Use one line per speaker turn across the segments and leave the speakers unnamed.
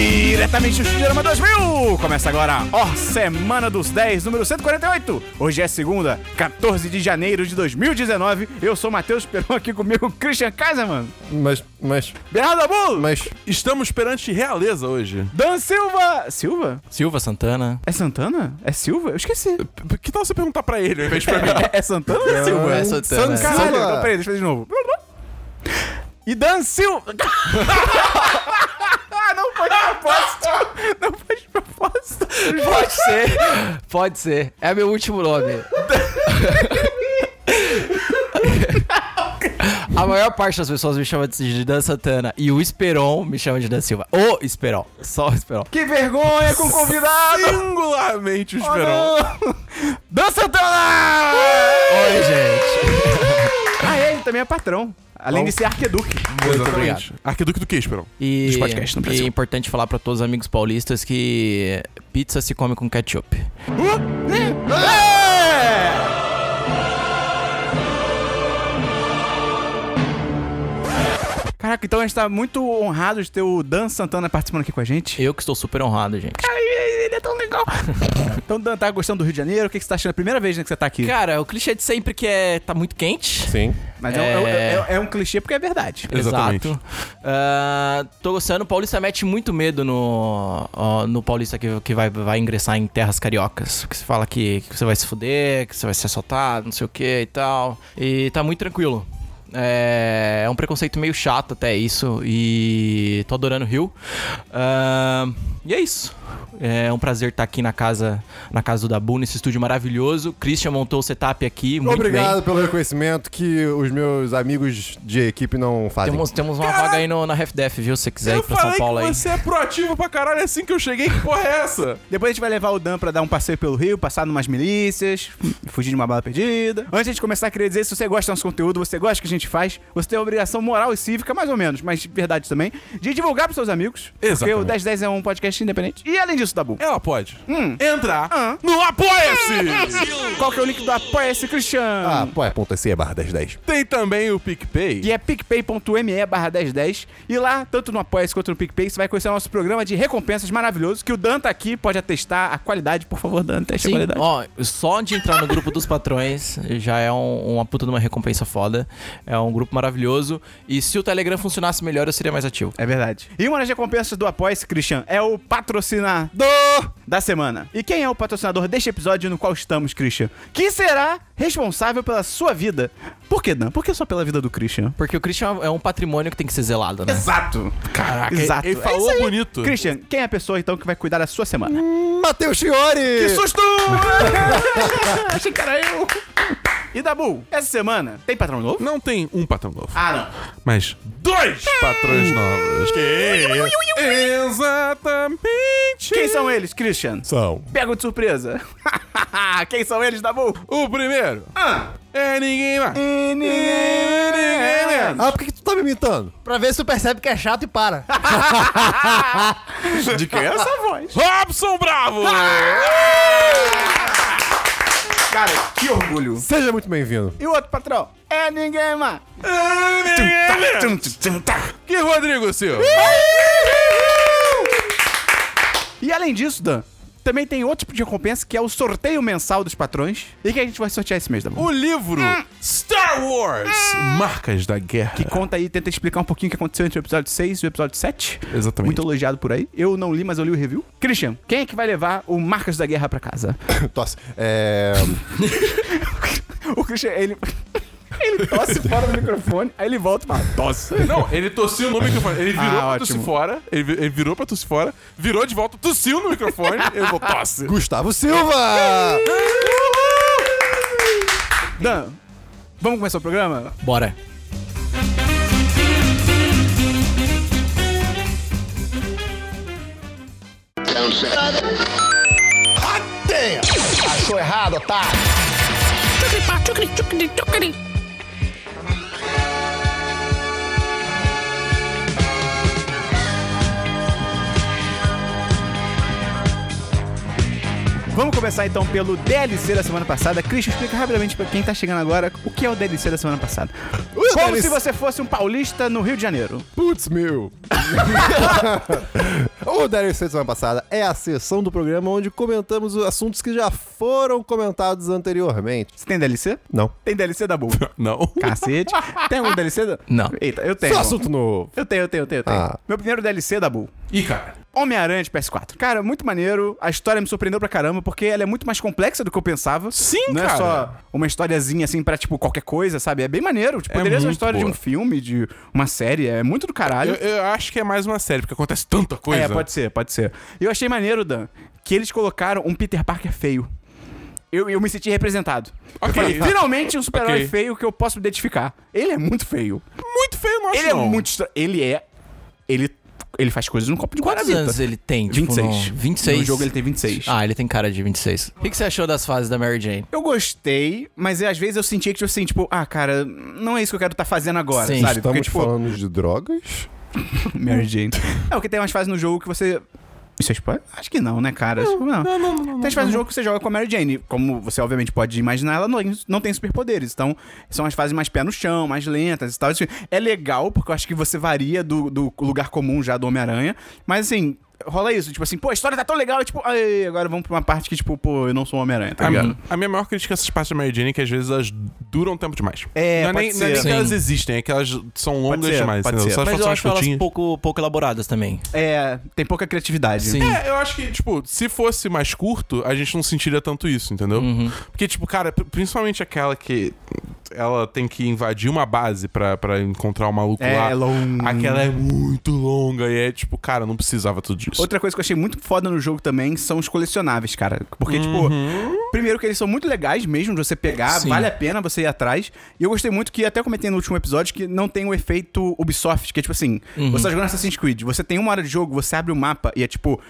diretamente do Chudirama 2000! Começa agora, ó, Semana dos 10, número 148. Hoje é segunda, 14 de janeiro de 2019. Eu sou Matheus Peron, aqui comigo, Christian Kaiserman,
Mas, mas,
Bernardo Bull,
mas.
Estamos perante realeza hoje.
Dan Silva... Silva?
Silva Santana.
É Santana? É Silva? Eu esqueci.
P- Que tal você perguntar pra ele ao invés de pra mim?
É, é Santana ou é Silva?
é Santana.
Caralho,
Silva.
então peraí, deixa eu fazer de novo. E Dan Silva... Não foi de propósito. Não foi de propósito.
Pode ser. Pode ser. É meu último nome. A maior parte das pessoas me chama de Dan Santana e o Esperon me chama de Dan Silva. O Esperon. Só o Esperon.
Que vergonha com o convidado!
Singularmente o
Oh,
Esperon.
não. Dan Santana!
Oi, gente.
Ah, é, ele também é patrão. Além de ser arqueduque.
Muito
obrigado.
Arquiduque do que, Esperon?
E,
Dos podcasts no
e
Brasil.
é importante falar pra todos os amigos paulistas que pizza se come com ketchup. Né?
É! Caraca, então a gente tá muito honrado de ter o Dan Santana participando aqui com a gente.
Eu que estou super honrado, gente.
Ai, ele é tão legal. então, Dan, tá gostando do Rio de Janeiro? O que, que você tá achando? É a primeira vez né, que você tá aqui.
Cara, o clichê de sempre que é tá muito quente.
Sim.
Mas é, um-
É.
é um- é- é um clichê porque é verdade.
Exatamente.
Exato. Ah, tô gostando. O Paulista mete muito medo no, ó, no Paulista que, que vai, vai ingressar em terras cariocas. Que se fala que, que você vai se fuder, que você vai ser assaltado, não sei o que e tal. E tá muito tranquilo. É, é um preconceito meio chato até isso. E tô adorando o Rio. Ah, e é isso. É um prazer estar aqui na casa, na casa do Dabu, nesse estúdio maravilhoso. Christian montou o setup aqui. Muito
Obrigado
bem.
pelo reconhecimento que os meus amigos de equipe não fazem.
Temos, temos uma
Caralho!
vaga aí no, na RefDef, viu? Se você quiser
eu
ir pra São
falei
Paulo
que
aí.
você é proativo pra caralho é assim que eu cheguei. Que porra é essa?
Depois a gente vai levar o Dan pra dar um passeio pelo Rio, passar numas milícias, fugir de uma bala perdida. Antes de começar, queria dizer, se você gosta do nosso conteúdo, você gosta do que a gente faz, você tem a obrigação moral e cívica, mais ou menos, mas de verdade também, de divulgar pros seus amigos. Porque
Exatamente.
o 1010 é um podcast independente. E além disso, Dabu,
Ela pode entrar no Apoia-se!
qual que é o link do Apoia-se Christian?
Ah, pô, é ponto .se barra 1010.
Tem também o PicPay.
que é picpay.me barra 1010. E lá, tanto no Apoia-se quanto no PicPay, você vai conhecer o nosso programa de recompensas maravilhoso, que o Dan tá aqui, pode atestar a qualidade. Por favor, Dan, teste a
Sim,
qualidade.
ó, só de entrar no grupo dos patrões já é um- uma puta de uma recompensa foda. É um grupo maravilhoso. E se o Telegram funcionasse melhor, eu seria mais ativo.
É verdade. E uma das recompensas do Após Christian é o patrocinador da semana. E quem é o patrocinador deste episódio no qual estamos, Christian? Que será responsável pela sua vida. Por que, Dan? Por que só pela vida do Christian?
Porque o Christian é um patrimônio que tem que ser zelado, né?
Exato.
Caraca,
Exato.
Ele
É
falou
isso aí.
bonito.
Christian, quem é a pessoa então que vai cuidar da sua semana?
Matheus Fiore!
Que susto! Achei que era eu. E Dabu, essa semana tem patrão novo?
Não tem um patrão novo,
Ah, não.
mas dois patrões novos.
É,
Que? Exatamente.
Quem são eles, Christian?
São.
Pega de surpresa. quem são eles, Dabu?
O primeiro
Ah.
é ninguém mais.
É, né?
Ah, por que, que tu tá me imitando?
Pra ver se tu percebe que é chato e para.
De quem é essa voz?
Robson Bravo!
Cara, que orgulho.
Seja muito bem-vindo.
E o outro patrão? É ninguém, mano.
É
É
tá-
Tá.
Que Rodrigo Silva!
E além disso, Dan, também tem outro tipo de recompensa que é o sorteio mensal dos patrões. E que a gente vai sortear esse mês, tá Dabu.
O livro Star Wars Marcas da Guerra.
Que conta aí, tenta explicar um pouquinho o que aconteceu entre o episódio 6 e o episódio 7.
Exatamente.
Muito elogiado por aí. Eu não li, mas eu li o review. Christian, quem é que vai levar o Marcas da Guerra pra casa?
Tosse. É.
O Christian, ele. Ele tosse fora do microfone, aí ele volta e fala: tosse.
Não, ele tossiu no microfone. Ele virou
Ah,
pra tossir
ótimo.
fora. Ele, vi- ele virou pra tossir fora. Virou de volta, tossiu no microfone. ele falou, tosse.
Gustavo Silva!
Dan, vamos começar o programa?
Bora.
Vamos começar então pelo DLC da semana passada. Christian, explica rapidamente pra quem tá chegando agora o que é o DLC da semana passada.
O Meu
Como
Deus.
se você fosse um paulista no Rio de Janeiro.
Putz, meu! o Dario State semana passada é a sessão do programa onde comentamos os assuntos que já foram comentados anteriormente.
Você tem DLC?
Não.
Tem DLC da Bull.
Não.
Cacete. Tem algum DLC? da-
Não.
Eita, eu tenho.
Só assunto novo.
Eu tenho, eu tenho, eu tenho, eu tenho.
Ah.
Meu primeiro DLC da Bull.
Ih, cara.
Homem-Aranha de PS4. Cara, muito maneiro. A história me surpreendeu pra caramba, porque ela é muito mais complexa do que eu pensava.
Sim,
Não é
cara.
só uma historiazinha assim pra, tipo, qualquer coisa, sabe? É bem maneiro. Tipo,
É
poderia ser uma
muito
história de
boa.
um filme, de uma série. É muito do caralho.
Eu, eu acho que é mais uma série, porque acontece tanta coisa.
É, pode ser, pode ser. E eu achei maneiro, Dan, que eles colocaram um Peter Parker feio. Eu, eu me senti representado. Eu
Ok.
falei, finalmente um super-herói
Ok.
feio que eu posso me identificar. Ele é muito feio.
Muito feio, nossa.
ele é muito estranho. Ele é. Ele, ele faz coisas num copo de
Quantos
guaravita.
anos ele tem? tipo,
26.
no- 26.
No jogo ele tem 26.
Ah, ele tem cara de 26. O que, que você achou das fases da Mary Jane?
Eu gostei, mas às vezes eu sentia que, tipo assim, tipo, ah, cara, não é isso que eu quero estar fazendo agora,
Sim.
sabe?
Estamos
tipo,
falando de drogas?
Mary Jane. É, porque tem umas fases no jogo que você. Isso é spoiler? Acho que não, né, cara? Acho que não.
Não, não, não. não.
Tem as fases do jogo que você joga com a Mary Jane. Como você obviamente pode imaginar, ela não, não tem superpoderes. Então, são as fases mais pé no chão, mais lentas e tal. Isso É legal, porque eu acho que você varia do, do lugar comum já do Homem-Aranha. Mas assim. Rola isso, tipo assim, pô, a história tá tão legal, e, tipo, ai, agora vamos pra uma parte que, tipo, pô, eu não sou o Homem-Aranha, tá
A,
ligado?
a minha maior crítica a essas partes da Mary Jane é que às vezes elas duram um tempo demais.
É,
não é
pode
nem, não é nem
ser.
que elas
Sim.
existem, é que elas são longas
ser,
demais.
pode
entendeu?
ser.
Só
Mas
elas
eu
são
acho elas
curtinhas.
pouco, pouco elaboradas também.
É, tem pouca criatividade.
Sim.
É, eu acho que, tipo, se fosse mais curto, a gente não sentiria tanto isso, entendeu?
Uhum.
Porque, tipo, cara, pr- principalmente aquela que ela tem que invadir uma base pra, pra encontrar o maluco
É,
lá.
é longa.
Aquela é muito longa e é, tipo, cara, não precisava tudo disso.
Outra coisa que eu achei muito foda no jogo também são os colecionáveis, cara. Porque, tipo, primeiro que eles são muito legais mesmo de você pegar,
Sim.
vale a pena você ir atrás. E eu gostei muito que, até eu comentei no último episódio, que não tem o efeito Ubisoft, que é tipo assim, você tá jogando Assassin's Creed, você tem uma hora de jogo, você abre o mapa e é tipo,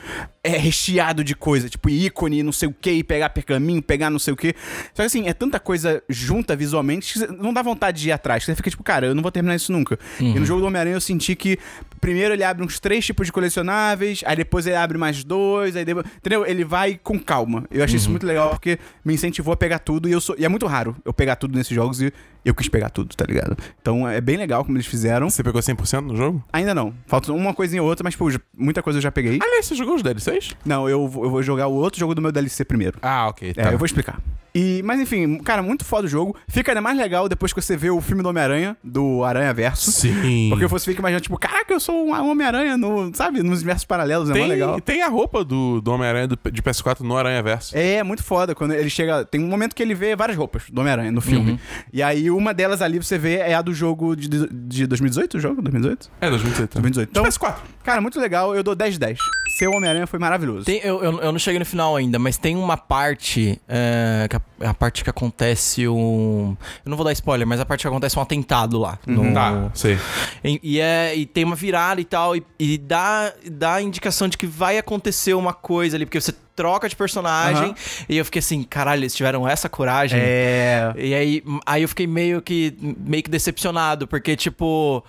é recheado de coisa, tipo ícone, não sei o que, pegar pergaminho, pegar não sei o que. Só que assim, é tanta coisa junta visualmente que você não dá vontade de ir atrás. Você fica tipo, cara, eu não vou terminar isso nunca. E no jogo do Homem-Aranha eu senti que primeiro ele abre uns três tipos de colecionáveis, aí depois ele abre mais dois, aí depois. Entendeu? Ele vai com calma. Eu achei isso muito legal porque me incentivou a pegar tudo e eu sou. E é muito raro eu pegar tudo nesses jogos e eu quis pegar tudo, tá ligado? Então é bem legal como eles fizeram.
Você pegou 100% no jogo?
Ainda não. Falta uma coisinha ou outra, mas, pô, já- muita coisa eu já peguei.
Aliás, você jogou os DLCs?
Não, eu, vou- eu vou jogar o outro jogo do meu DLC primeiro.
Ah, ok.
É, eu vou explicar. E, mas enfim, cara, muito foda o jogo. Fica ainda mais legal depois que você vê o filme do Homem-Aranha, do Aranha Verso.
Sim.
Porque você fica imaginando, tipo, caraca, eu sou um Homem-Aranha, no, sabe? Nos universos paralelos, é mó
tem,
legal.
tem a roupa do, do Homem-Aranha do- de PS4 no Aranha Verso.
É, muito foda. Quando ele chega. Tem um momento que ele vê várias roupas do Homem-Aranha no filme.
Uhum.
E aí, uma delas ali você vê é a do jogo de, de 2018? O jogo? 2018?
Tá.
É, 2018.
2018. Então,
PS4.
cara, muito legal. Eu dou 10 de 10. Seu Homem-Aranha foi maravilhoso.
Tem- eu, eu, eu não cheguei no final ainda, mas tem uma parte. é, que a, a parte que acontece um. Eu não vou dar spoiler, mas a parte que acontece um atentado lá. no-
Tá,
Hum.
sei.
E, e é, e tem uma virada e tal, e, e dá, dá a indicação de que vai acontecer uma coisa ali, porque você troca de personagem,
Aham.
e eu fiquei assim, caralho, eles tiveram essa coragem.
É.
E aí, aí eu fiquei meio que, meio que decepcionado, porque, tipo,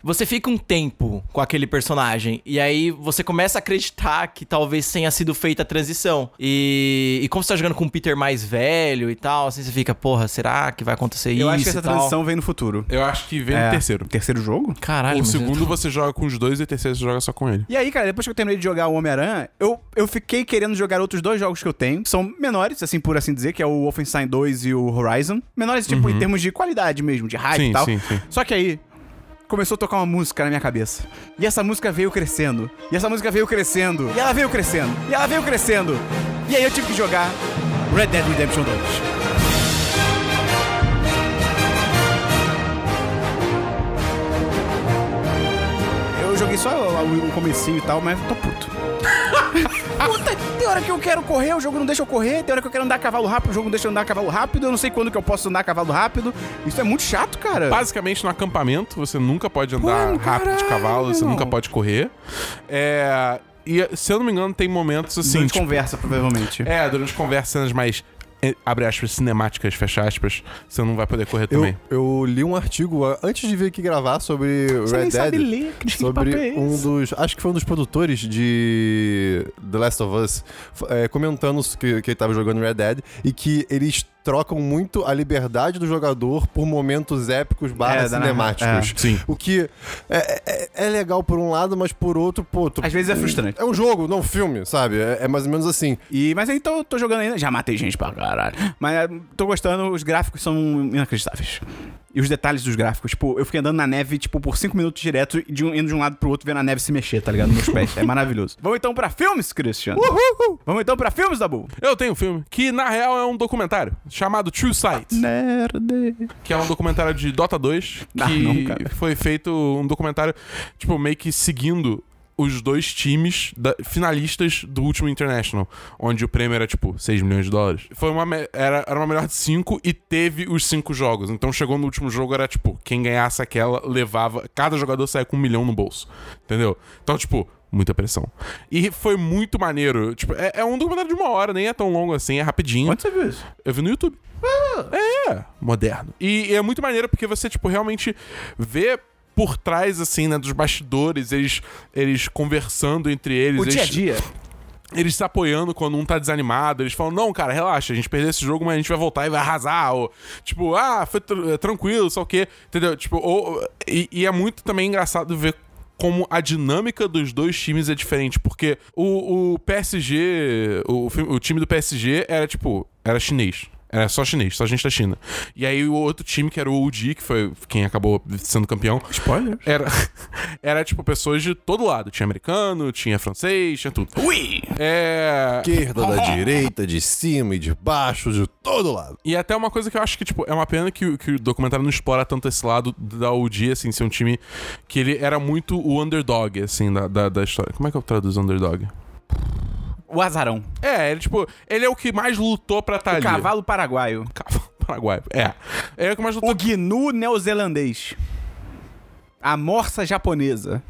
você fica um tempo com aquele personagem, e aí você começa a acreditar que talvez tenha sido feita a transição. E, e como você tá jogando com um Peter mais velho e tal, assim, você fica, porra, será que vai acontecer isso?
Eu acho que essa
e tal?
transição vem no futuro.
Eu acho que vem
É.
no terceiro.
Terceiro jogo?
Caralho,
o
mas eu-
segundo você joga com os dois e o terceiro você joga só com ele.
E aí, cara, depois que eu terminei de jogar o Homem-Aranha, eu, eu fiquei querendo jogar outros dois jogos que eu tenho. que São menores, assim, por assim dizer, que é o Wolfenstein 2 e o Horizon. Menores, tipo, em termos de qualidade mesmo, de hype
Uhum. Sim,
e tal.
sim, sim.
Só que aí. Começou a tocar uma música na minha cabeça. E essa música veio crescendo. E essa música veio crescendo. E ela veio crescendo. E ela veio crescendo. E aí eu tive que jogar Red Dead Redemption 2. Eu joguei só o, o comecinho e tal, mas tô puto. Puta, tem hora que eu quero correr, o jogo não deixa eu correr. Tem hora que eu quero andar a cavalo rápido, o jogo não deixa eu andar a cavalo rápido. Eu não sei quando que eu posso andar a cavalo rápido. Isso é muito chato, cara.
Basicamente, no acampamento, você nunca pode andar
Pô,
rápido de
caralho,
cavalo, você
irmão.
nunca pode correr. É. E, se eu não me engano, tem momentos assim.
Durante
tipo,
conversa, provavelmente.
é, durante conversas, cenas mais. é, Abre aspas, cinemáticas, fecha aspas. Você não vai poder correr
Eu,
também.
eu li um artigo ah, antes de vir aqui gravar sobre Red Dead.
ler, que
sobre
papo é
um
esse?
dos. Acho que foi um dos produtores de The Last of Us f- é, comentando que, que ele tava jogando Red Dead e que eles trocam muito a liberdade do jogador por momentos épicos barra
É, da narra-
cinemáticos.
é. Sim.
O que é, é- é legal por um lado, mas por outro, pô, tu-
Às vezes é frustrante.
é um jogo, não um filme, sabe? É, é mais ou menos assim.
E, mas aí tô, tô jogando ainda. Já matei gente pra caralho. Mas eh, tô gostando, os gráficos são inacreditáveis. E os detalhes dos gráficos. Tipo, eu fiquei andando na neve, tipo, por cinco minutos direto, e de um, indo de um lado pro outro, vendo a neve se mexer, tá ligado? Nos meus pés. É maravilhoso. Vamos então pra filmes, Christian. Uhul! Vamos então pra filmes, Dabu.
Eu tenho um filme que, na real, é um documentário chamado True Sight,
Nerd.
que é um documentário de Dota 2, que
Ah, não, cara.
foi feito um documentário, tipo, meio que seguindo os dois times da- finalistas do último International, onde o prêmio era, tipo, 6 milhões de dólares. Foi uma, me- era, era uma melhor de 5 e teve os cinco jogos. Então, chegou no último jogo, era, tipo, quem ganhasse aquela levava... Cada jogador saia com um milhão no bolso, entendeu? Então, tipo... Muita pressão. E foi muito maneiro. Tipo, é, é um documentário de uma hora, nem é tão longo assim, é rapidinho.
Onde você viu isso?
Eu vi no YouTube.
Ah.
É, moderno. E é muito maneiro porque você, tipo, realmente vê por trás, assim, né, dos bastidores, eles, eles conversando entre eles.
O dia a
eles-
dia.
eles se apoiando quando um tá desanimado. Eles falam, não, cara, relaxa, a gente perdeu esse jogo, mas a gente vai voltar e vai arrasar. Ou, tipo, ah, foi tr- tranquilo, só o quê. Entendeu? Tipo, ou, e, e é muito também engraçado ver como a dinâmica dos dois times é diferente. Porque o, o PSG, o, fi- o time do PSG era, tipo, era chinês. Era só chinês, só gente da China. E aí o outro time, que era o OG, que foi quem acabou sendo campeão,
Spoiler.
era, era tipo, pessoas de todo lado. Tinha americano, tinha francês, tinha tudo.
Ui!
É.
Esquerda, da direita, de cima e de baixo, de todo lado.
E até uma coisa que eu acho que, tipo, é uma pena que, o- que o documentário não explora tanto esse lado da OG, assim, ser um time que ele era muito o underdog, assim, da, da, da história. Como é que eu traduzo underdog?
O azarão.
É, ele, tipo, ele é o que mais lutou pra estar
O
ali.
cavalo paraguaio.
Cavalo paraguaio. É. Ele é o que mais lutou.
O gnu neozelandês. A morsa japonesa.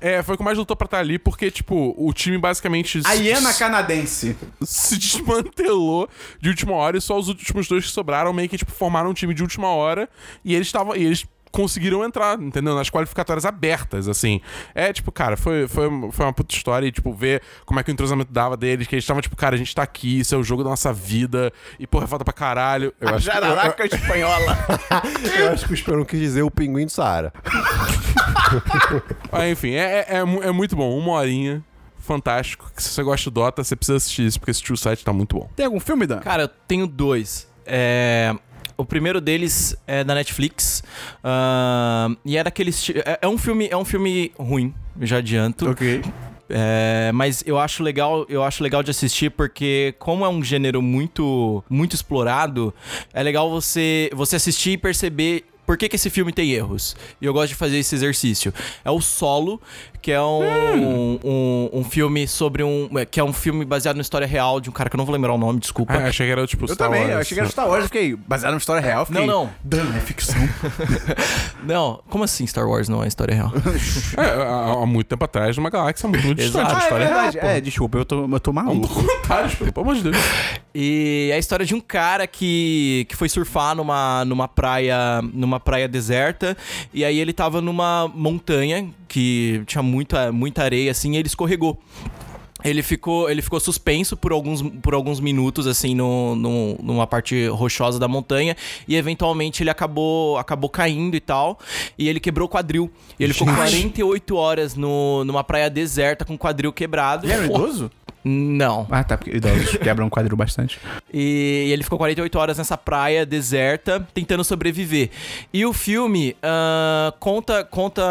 É, foi o que mais lutou pra estar ali, porque, tipo, o time basicamente.
A
se-
hiena canadense.
se desmantelou de última hora e só os últimos dois que sobraram meio que tipo, formaram um time de última hora e eles estavam e eles conseguiram entrar, entendeu? Nas qualificatórias abertas, assim. É, tipo, cara, foi, foi, foi uma puta história e, tipo, ver como é que o entrosamento dava deles, que eles estavam, tipo, cara, a gente tá aqui, isso é o jogo da nossa vida e, porra, falta pra caralho.
Ah,
Eu acho que-
jararaca espanhola.
Eu acho que o Esperão quis dizer o pinguim do Saara.
Ah, enfim, é, é, é mu- é muito bom. Uma horinha, fantástico. Se você gosta do Dota, você precisa assistir isso, porque esse True Site tá muito bom.
Tem algum filme, Dan?
Cara, eu tenho dois. É, O primeiro deles é da Netflix. ahn, e é daqueles. ti- É, é um filme, é um filme ruim, eu já adianto.
Ok.
É, mas eu acho legal, eu acho legal de assistir porque como é um gênero muito muito explorado, é legal você você assistir e perceber por que, que esse filme tem erros. E eu gosto de fazer esse exercício. É o Solo, que é um, um, um filme sobre um. que é um filme baseado na história real de um cara que eu não vou lembrar o nome, desculpa.
Ah, eu achei que era, tipo,
Eu também, eu achei que era Star Wars, fiquei baseado numa história real. Fiquei,
Não, não.
Dan, é ficção.
Não, como assim Star Wars não é história real?
É, há, há muito tempo atrás, numa galáxia muito, muito distante.
Exato.
ah,
uma
é
história real,
verdade.
pô.
É, desculpa, eu tô, eu tô
É um
maluco.
documentário, pelo amor de Deus.
E é a história de um cara que, que foi surfar numa, numa praia numa praia deserta e aí ele tava numa montanha que tinha muita, muita areia assim e ele escorregou. Ele ficou, ele ficou suspenso por alguns, por alguns minutos, assim, no, no- numa parte rochosa da montanha. E eventualmente ele acabou, acabou caindo e tal. E ele quebrou o quadril. E ele ficou 48 horas no, numa praia deserta com o quadril quebrado.
Ele era um idoso?
Não.
Ah, tá, porque idosos quebram um quadril bastante.
E ele ficou 48 horas nessa praia deserta, tentando sobreviver. E o filme ah, conta, conta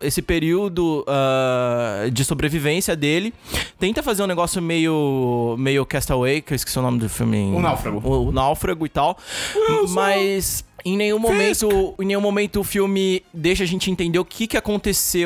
esse período ah, de sobrevivência dele. Tenta fazer um negócio meio, meio Castaway, que eu esqueci o nome do filme.
O Náufrago.
O, o Náufrago e tal. Mas em nenhum momento em nenhum momento o filme deixa a gente entender o que, que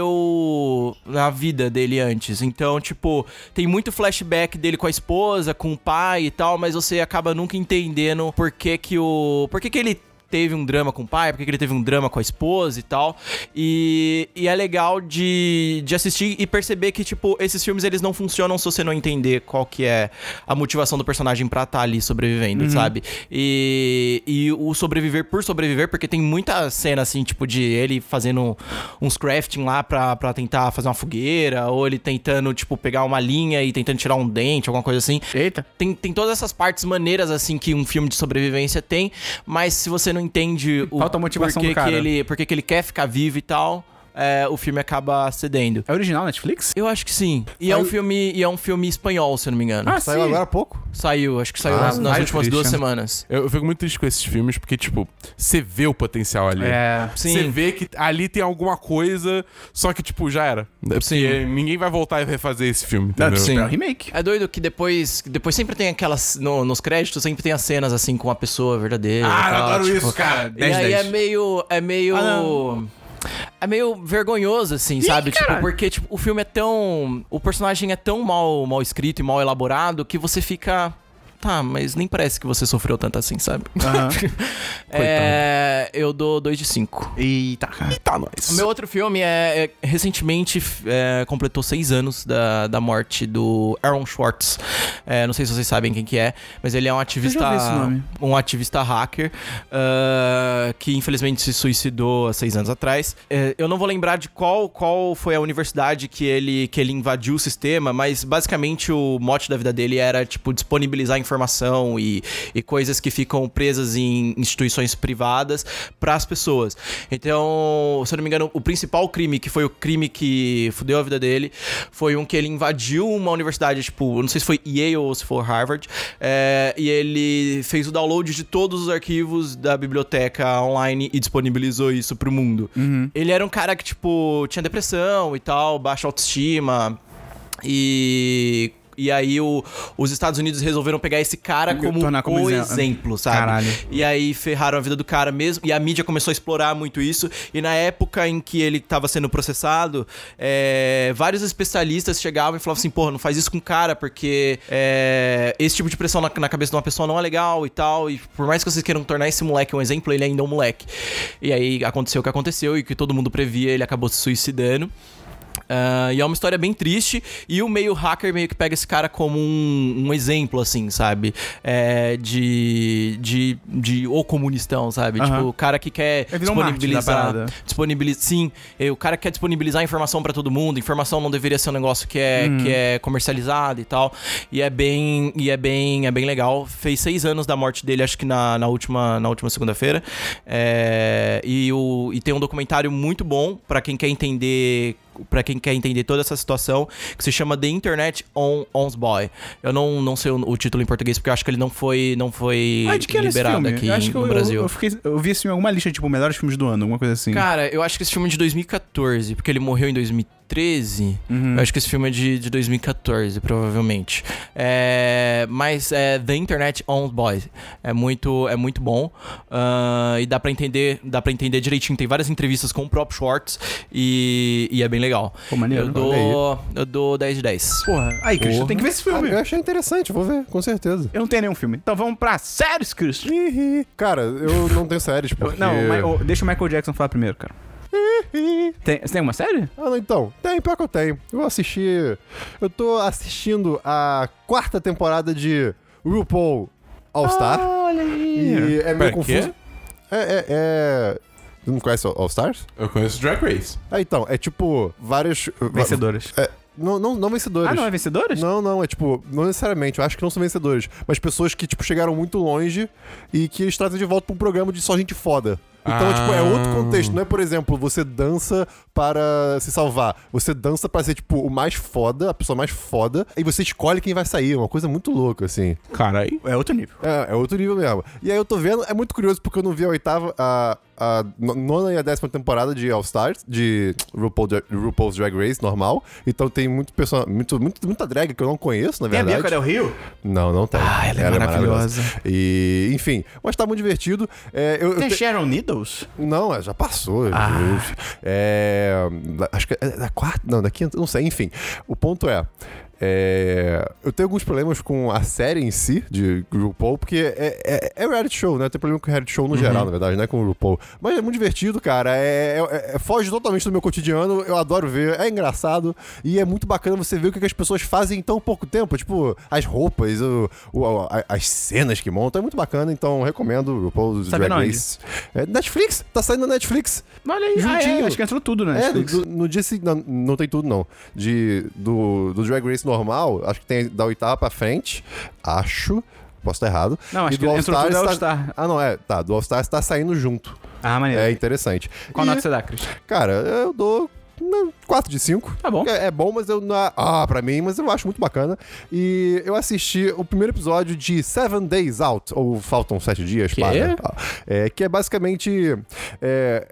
aconteceu na vida dele antes então tipo tem muito flashback dele com a esposa com o pai e tal mas você acaba nunca entendendo por que que o por que que ele teve um drama com o pai, por que que ele teve um drama com a esposa e tal. E, e é legal de, de assistir e perceber que, tipo, esses filmes eles não funcionam se você não entender qual que é a motivação do personagem pra estar ali sobrevivendo, sabe? E, e o sobreviver por sobreviver, porque tem muita cena assim, tipo, de ele fazendo uns crafting lá pra, pra tentar fazer uma fogueira, ou ele tentando, tipo, pegar uma linha e tentando tirar um dente, alguma coisa assim.
Eita.
Tem, tem todas essas partes maneiras, assim, que um filme de sobrevivência tem, mas se você não entende o
Falta a motivação
porquê
do cara.
Que ele, porque que ele quer ficar vivo e tal, é, o filme acaba cedendo.
É original Netflix?
Eu acho que sim. E é um filme, e é um filme espanhol, se eu não me engano.
Ah.
Saiu agora há pouco.
Saiu, acho que saiu
Ah,
nas, nas
ai,
últimas duas
Christian.
semanas.
Eu, eu fico muito triste com esses filmes, porque, tipo, você vê o potencial ali.
É.
Você vê que ali tem alguma coisa, só que, tipo, já era. Porque
Sim.
ninguém vai voltar e refazer esse filme, entendeu?
sim.
É um remake.
É doido que depois, depois sempre tem aquelas. no- nos créditos sempre tem as cenas assim com a pessoa verdadeira. e
Ah, eu
tal,
adoro
tipo,
isso, cara.
E
10
aí
10.
é meio. É meio.
Ah,
é meio vergonhoso, assim, sabe? Tipo,
caralho.
porque tipo, o filme é tão. O personagem é tão mal, mal escrito e mal elaborado que você fica. Tá, mas nem parece que você sofreu tanto assim, sabe? É, eu dou 2 de 5.
Eita, cara.
Tá, nós.
O meu outro filme é, é- recentemente f- é, completou seis anos da, da morte do Aaron Schwartz. É, não sei se vocês sabem quem que é, mas ele é um ativista,
ouvi esse nome.
um ativista hacker ah, que infelizmente se suicidou há seis anos atrás. É, eu não vou lembrar de qual qual foi a universidade que ele que ele invadiu o sistema, mas basicamente o mote da vida dele era tipo disponibilizar informação e, e coisas que ficam presas em instituições privadas para as pessoas. Então, se eu não me engano, o principal crime, que foi o crime que fudeu a vida dele, foi um que ele invadiu uma universidade, tipo, eu não sei se foi Yale ou se for Harvard, é, e ele fez o download de todos os arquivos da biblioteca online e disponibilizou isso pro mundo.
Uhum.
Ele era um cara que, tipo, tinha depressão e tal, baixa autoestima, e. E aí o- os Estados Unidos resolveram pegar esse cara como,
Tornar como
o
exemplo.
exemplo, sabe?
Caralho.
E aí ferraram a vida do cara mesmo. E a mídia começou a explorar muito isso. E na época em que ele tava sendo processado, é, vários especialistas chegavam e falavam assim: porra, não faz isso com o cara, porque é, esse tipo de pressão na, na cabeça de uma pessoa não é legal e tal. E por mais que vocês queiram tornar esse moleque um exemplo, ele ainda é um moleque. E aí aconteceu o que aconteceu e o que todo mundo previa, ele acabou se suicidando. Ah, e é uma história bem triste. E o meio hacker meio que pega esse cara como um, um exemplo, assim, sabe? É, de, de, de. O comunistão, sabe?
Aham.
Tipo, o cara que quer
Ele virou um mártir da parada.
disponibilizar. Disponibiliza, sim, eh, o cara quer disponibilizar informação pra todo mundo. Informação não deveria ser um negócio que é,
Uhum.
que é comercializado e tal. E é bem, e é bem, é bem legal. Fez seis anos da morte dele, acho que na, na última, na última segunda-feira. É, e, o, e tem um documentário muito bom pra quem quer entender. Pra quem quer entender toda essa situação, que se chama The Internet on Ons Boy. Eu não, não sei o, o título em português, porque eu acho que ele não foi, não foi
Ah, de que era esse
liberado
filme?
aqui
eu acho que
no
eu,
Brasil.
Eu, eu fiquei, eu vi esse filme em alguma lista, tipo, melhores filmes do ano, alguma coisa assim.
Cara, eu acho que esse filme é de 2014, porque ele morreu em 2013.
Uhum.
Eu acho que esse filme é de, de 2014, provavelmente. É, mas é The Internet Owns Boys. É muito, é muito bom. ah, e dá pra entender, dá para entender direitinho. Tem várias entrevistas com o próprio Schwartz e, e é bem legal.
Pô, maneiro. né?
eu dou. Eu dou 10 de 10.
Porra. Aí, Christian, tem que ver esse
Ah,
filme.
eu achei interessante, vou ver, com certeza.
Eu não tenho nenhum filme. Então vamos pra séries, Christian.
Ih, Cara, eu não tenho séries, porque...
Não, mas, ô, deixa o Michael Jackson falar primeiro, cara.
Ih,
Tem, você tem uma série?
Ah, não, então, tem, pior que eu tenho. Eu assisti. Eu tô assistindo a quarta temporada de RuPaul All-Star.
Ah, Olha aí.
e é meio
Pera,
confuso.
quê?
É, é, é. Tu não conhece All-Stars?
Eu conheço Drag Race.
Ah, então, é tipo vários.
Vencedoras.
É, não, não, não vencedores.
Ah, não é vencedoras?
Não, não, é tipo, não necessariamente, eu acho que não são vencedores, mas pessoas que, tipo, chegaram muito longe e que eles trazem de volta pra um programa de só gente foda. Então,
Ah.
é, tipo, é outro contexto, não é, por exemplo, você dança para se salvar. Você dança pra ser, tipo, o mais foda, a pessoa mais foda, e você escolhe quem vai sair, é uma coisa muito louca, assim.
Caralho.
É outro nível.
É, é outro nível mesmo. E aí eu tô vendo, é muito curioso porque eu não vi a oitava, a, a no- nona e a décima temporada de All Stars, de RuPaul, Dra- RuPaul's Drag Race, normal. Então tem muito person... muito, muito- muita drag que eu não conheço, na
Tem a
verdade.
Bianca Del Rio?
Não, não tem.
Ah, ela é maravilhosa.
E, enfim, mas tá muito divertido. É, eu, eu
Tem
te-
Sharon Needles?
Não, é, já passou. é Jesus. É, da- acho que é da quarta, não, da quinta, não sei, enfim. O ponto é, É, eu tenho alguns problemas com a série em si, de RuPaul, porque é, é, é reality show, né? Eu tenho problema com reality show no geral, na verdade, né? Com o RuPaul. Mas é muito divertido, cara. É, é- é- foge totalmente do meu cotidiano. Eu adoro ver. É engraçado. E é muito bacana você ver o que que as pessoas fazem em tão pouco tempo. Tipo, as roupas, o- o- a- as cenas que montam. É muito bacana, então recomendo RuPaul's
Sabe
Drag
onde?
Race. É, Netflix! Tá saindo na Netflix.
Olha aí, ah, é,
Juntinho.
acho que entrou tudo, né?
É,
Netflix.
do- no dia seguinte. Não, não tem tudo, não. De, do, do Drag Race normal, acho que tem da oitava pra frente. Acho. Posso estar errado.
Não, acho
E
que
do
entrou tudo
All-Stars
da All
tá-
Star.
Ah, não, é. Tá, do All Stars tá saindo junto.
Ah, maneiro.
É interessante.
Qual
E,
nota você dá, Cris?
Cara, eu dou. 4 de 5.
Tá bom.
É, é bom, mas eu não. Ah, pra mim, mas eu acho muito bacana. E eu assisti o primeiro episódio de Seven Days Out, ou Faltam Sete Dias
Quê?
para. Ah, É, que é basicamente é,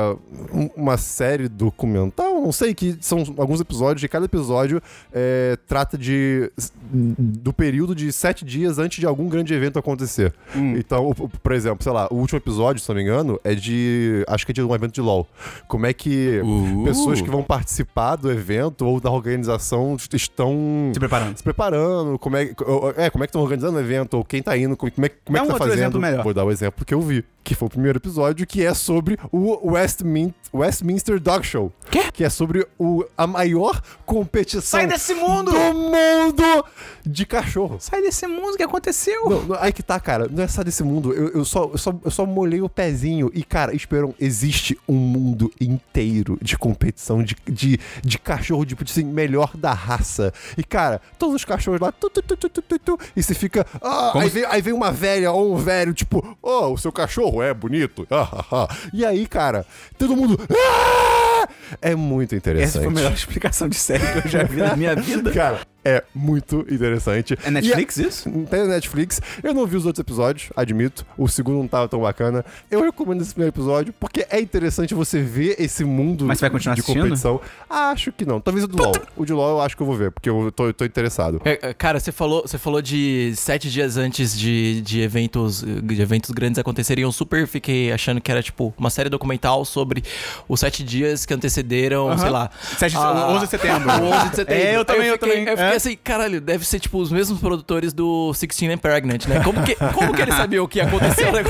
é, um- uma série documental, não sei, que são alguns episódios, e cada episódio é, trata de do período de sete dias antes de algum grande evento acontecer.
Hum.
Então, o- o- por exemplo, sei lá, o último episódio, se não me engano, é de. Acho que é de um evento de LOL. Como é
Hum.
que
Uh.
pessoas que vão participar do evento ou da organização est- estão.
Se preparando.
Se preparando, como é, co- é, como é que estão organizando o evento, ou quem tá indo, como como é, como é
Dá
que
um
tá
outro
fazendo.
exemplo melhor.
Vou dar o exemplo que eu vi, que foi o primeiro episódio, que é sobre o Westmin Westminster Dog Show.
Quê?
Que é sobre o, a maior competição
Sai desse mundo!
do mundo de cachorro.
Sai desse mundo, o que aconteceu?
Não, não, aí que tá, cara. Não é só desse mundo. Eu, eu só, eu, só, eu só molhei o pezinho. E, cara, esperam, existe um mundo inteiro de competição de, de, de cachorro, de assim, melhor da raça. E, cara, todos os cachorros lá. Tu, tu, tu, tu, tu, tu, tu, e você fica. Ah, aí, vem, aí vem uma velha ou um velho, tipo, oh, o seu cachorro é bonito. Ah, ah, ah. E aí, cara, todo mundo. "Ah!" É muito interessante.
Essa foi a melhor explicação de série que eu já vi na minha vida.
Cara, é muito interessante.
É Netflix isso?
E é- Tem na Netflix. Eu não vi os outros episódios, admito. O segundo não tava tão bacana. Eu recomendo esse primeiro episódio porque é interessante você ver esse mundo
Mas você vai continuar
de
assistindo?
competição. Acho que não. Talvez o do LOL. O de LOL eu acho que eu vou ver, porque eu tô, eu tô interessado.
É, é, Cara, você falou, você falou de sete dias antes de, de eventos eh, de eventos grandes acontecerem. Eu super fiquei achando que era tipo uma série documental sobre os sete dias que antecederam,
Aham.
sei lá.
Sete- o 11 de setembro.
O 11 de setembro.
É, eu
Aí
também, eu
fiquei-
também.
Eu fiquei
É.
assim, caralho, deve ser tipo os mesmos produtores do Sixteen and Pregnant, né? Como que, como que ele sabia o que ia acontecer? né?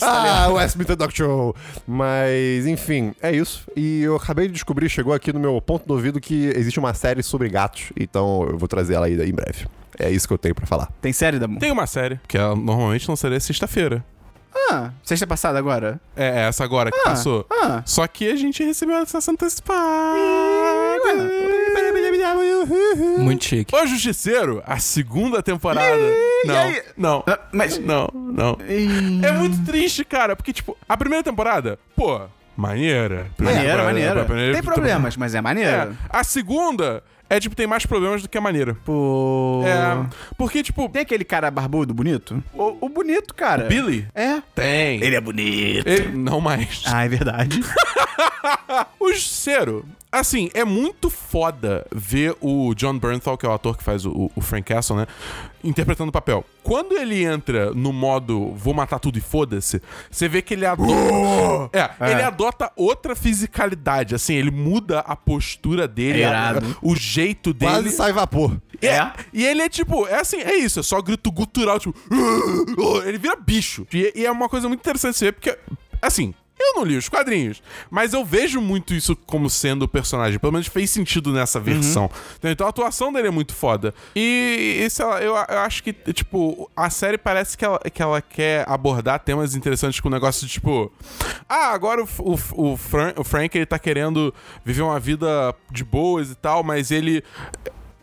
Ah, Westminster Dog Show! Mas, enfim, é isso. E eu acabei de descobrir, chegou aqui no meu ponto do ouvido, que existe uma série sobre gatos. Então eu vou trazer ela aí em breve. É isso que eu tenho pra falar.
Tem série, Dabu?
Tem uma série, que ela normalmente não seria sexta-feira.
Ah, sexta passada agora.
É essa agora que passou.
Ah,
Só que a gente recebeu acesso antecipado.
Muito chique.
O Justiceiro, a segunda temporada.
e
não,
aí?
não,
Ah, mas-
não, não.
e-
É muito triste, cara, porque, tipo, a primeira temporada, pô, maneira. Primeira
maneiro,
temporada,
maneiro.
a primeira
Tem
temporada-
problemas, mas é maneiro.
É, a segunda é, tipo, tem mais problemas do que a maneira.
Pô.
É, porque, tipo,
Tem aquele cara barbudo bonito? O, o bonito, cara.
Billy?
É.
Tem.
é bonito.
Ele- não mais.
Ah, é verdade.
O Justiceiro, assim, é muito foda ver o John Bernthal, que é o ator que faz o, o Frank Castle, né? Interpretando o papel. Quando ele entra no modo vou matar tudo e foda-se, você vê que ele adota. É, ele adota outra fisicalidade. Assim, ele muda a postura dele,
É
a-
irado.
o jeito dele.
Quase sai vapor.
É.
É.
E ele é tipo, é assim, é isso, é só grito gutural, tipo. Ele vira bicho. E, e é uma coisa muito interessante de se ver, porque, assim. Eu não li os quadrinhos, mas eu vejo muito isso como sendo o personagem. Pelo menos fez sentido nessa versão. Entendeu? Então a atuação dele é muito foda. E, e sei lá, eu, eu acho que, tipo, a série parece que ela, que ela quer abordar temas interessantes com o negócio de, tipo... Ah, agora o, F- o, F- o, Fran- o Frank, ele tá querendo viver uma vida de boas e tal, mas ele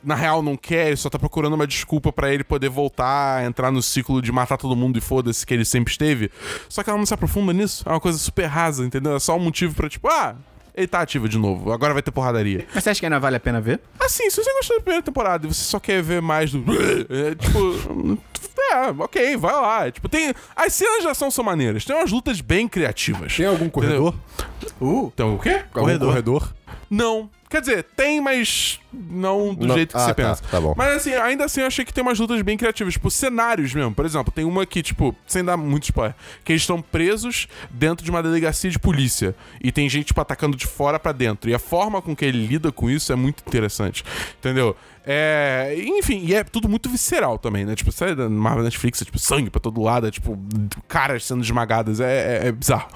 na real não quer, ele só tá procurando uma desculpa pra ele poder voltar, entrar no ciclo de matar todo mundo e foda-se que ele sempre esteve. Só que ela não se aprofunda nisso, é uma coisa super rasa, entendeu? É só um motivo pra tipo, ah, ele tá ativo de novo, agora vai ter porradaria.
mas você acha que ainda vale a pena ver?
Assim, se você gostou da primeira temporada e você só quer ver mais do. É, tipo. É, ok, vai lá. Tipo, tem. As cenas de ação são maneiras, tem umas lutas bem criativas.
Tem algum corredor?
Uh.
Então, o quê?
Algum corredor?
Não. Quer dizer, tem, mas não do
Não.
jeito que
Ah,
você
tá.
pensa.
Tá bom.
Mas assim, ainda assim eu achei que tem umas lutas bem criativas, tipo cenários mesmo. Por exemplo, tem uma que, tipo, sem dar muito spoiler, que eles estão presos dentro de uma delegacia de polícia. E tem gente, tipo, atacando de fora pra dentro. E a forma com que ele lida com isso é muito interessante. Entendeu? É, enfim, e é tudo muito visceral também, né? Tipo, série da Marvel Netflix, é, tipo, sangue pra todo lado, é, tipo, caras sendo esmagadas, é, é- é bizarro.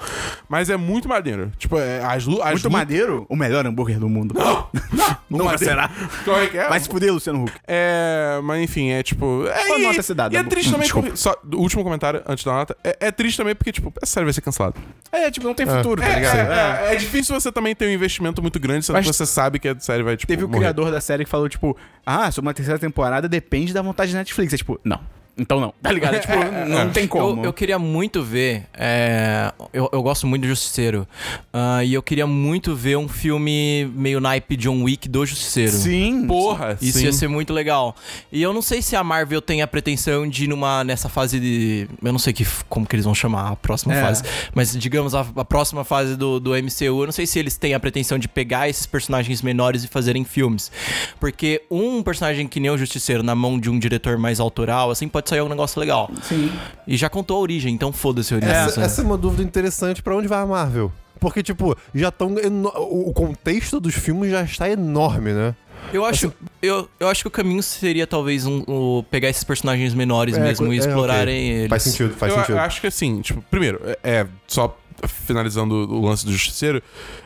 Mas é muito maneiro. Tipo, é, as, lu- as
Muito
lu-
maneiro, o melhor hambúrguer do mundo.
Não, não,
Nunca
maneiro.
será.
Como é que é?
Vai se fuder, Luciano Huck.
É, mas enfim, é tipo. É,
Qual
e-
nota você dá,
E é
Dabu?
triste
Hum,
também.
desculpa.
Porque, só, do último comentário antes da nota. É, é triste também porque, tipo, essa série vai ser cancelada.
É, tipo, não tem futuro, tá
É,
ligado?
é, é, é difícil você também ter um investimento muito grande, sendo
Mas-
que você sabe que a série vai, tipo.
Teve o
morrer.
criador da série que falou, tipo, ah, sobre uma terceira temporada depende da vontade da Netflix. É tipo, não. Então não. Tá ligado? É, tipo, não tem como.
Eu, eu queria muito ver. é, eu, eu gosto muito do Justiceiro. Ah, e eu queria muito ver um filme meio naipe John Wick do Justiceiro.
Sim.
Porra,
Isso
sim.
ia ser muito legal. E eu não sei se a Marvel tem a pretensão de ir numa nessa fase de. Eu não sei que, f- como que eles vão chamar a próxima
É.
fase. Mas digamos a, a próxima fase do, do MCU. Eu não sei se eles têm a pretensão de pegar esses personagens menores e fazerem filmes. Porque um personagem que nem o Justiceiro, na mão de um diretor mais autoral, assim, pode sair um negócio legal.
Sim.
E já contou a origem, então foda-se a origem.
Essa,
sabe?
essa é uma dúvida interessante pra onde vai a Marvel. Porque, tipo, já estão. O o contexto dos filmes já está enorme, né?
Eu acho, eu, eu acho que o caminho seria talvez um, o- pegar esses personagens menores
É,
mesmo
é,
e
ok.
explorarem eles.
Faz sentido, faz
eu,
sentido.
eu acho que assim, tipo, primeiro, é, é, só finalizando o lance do Justiceiro,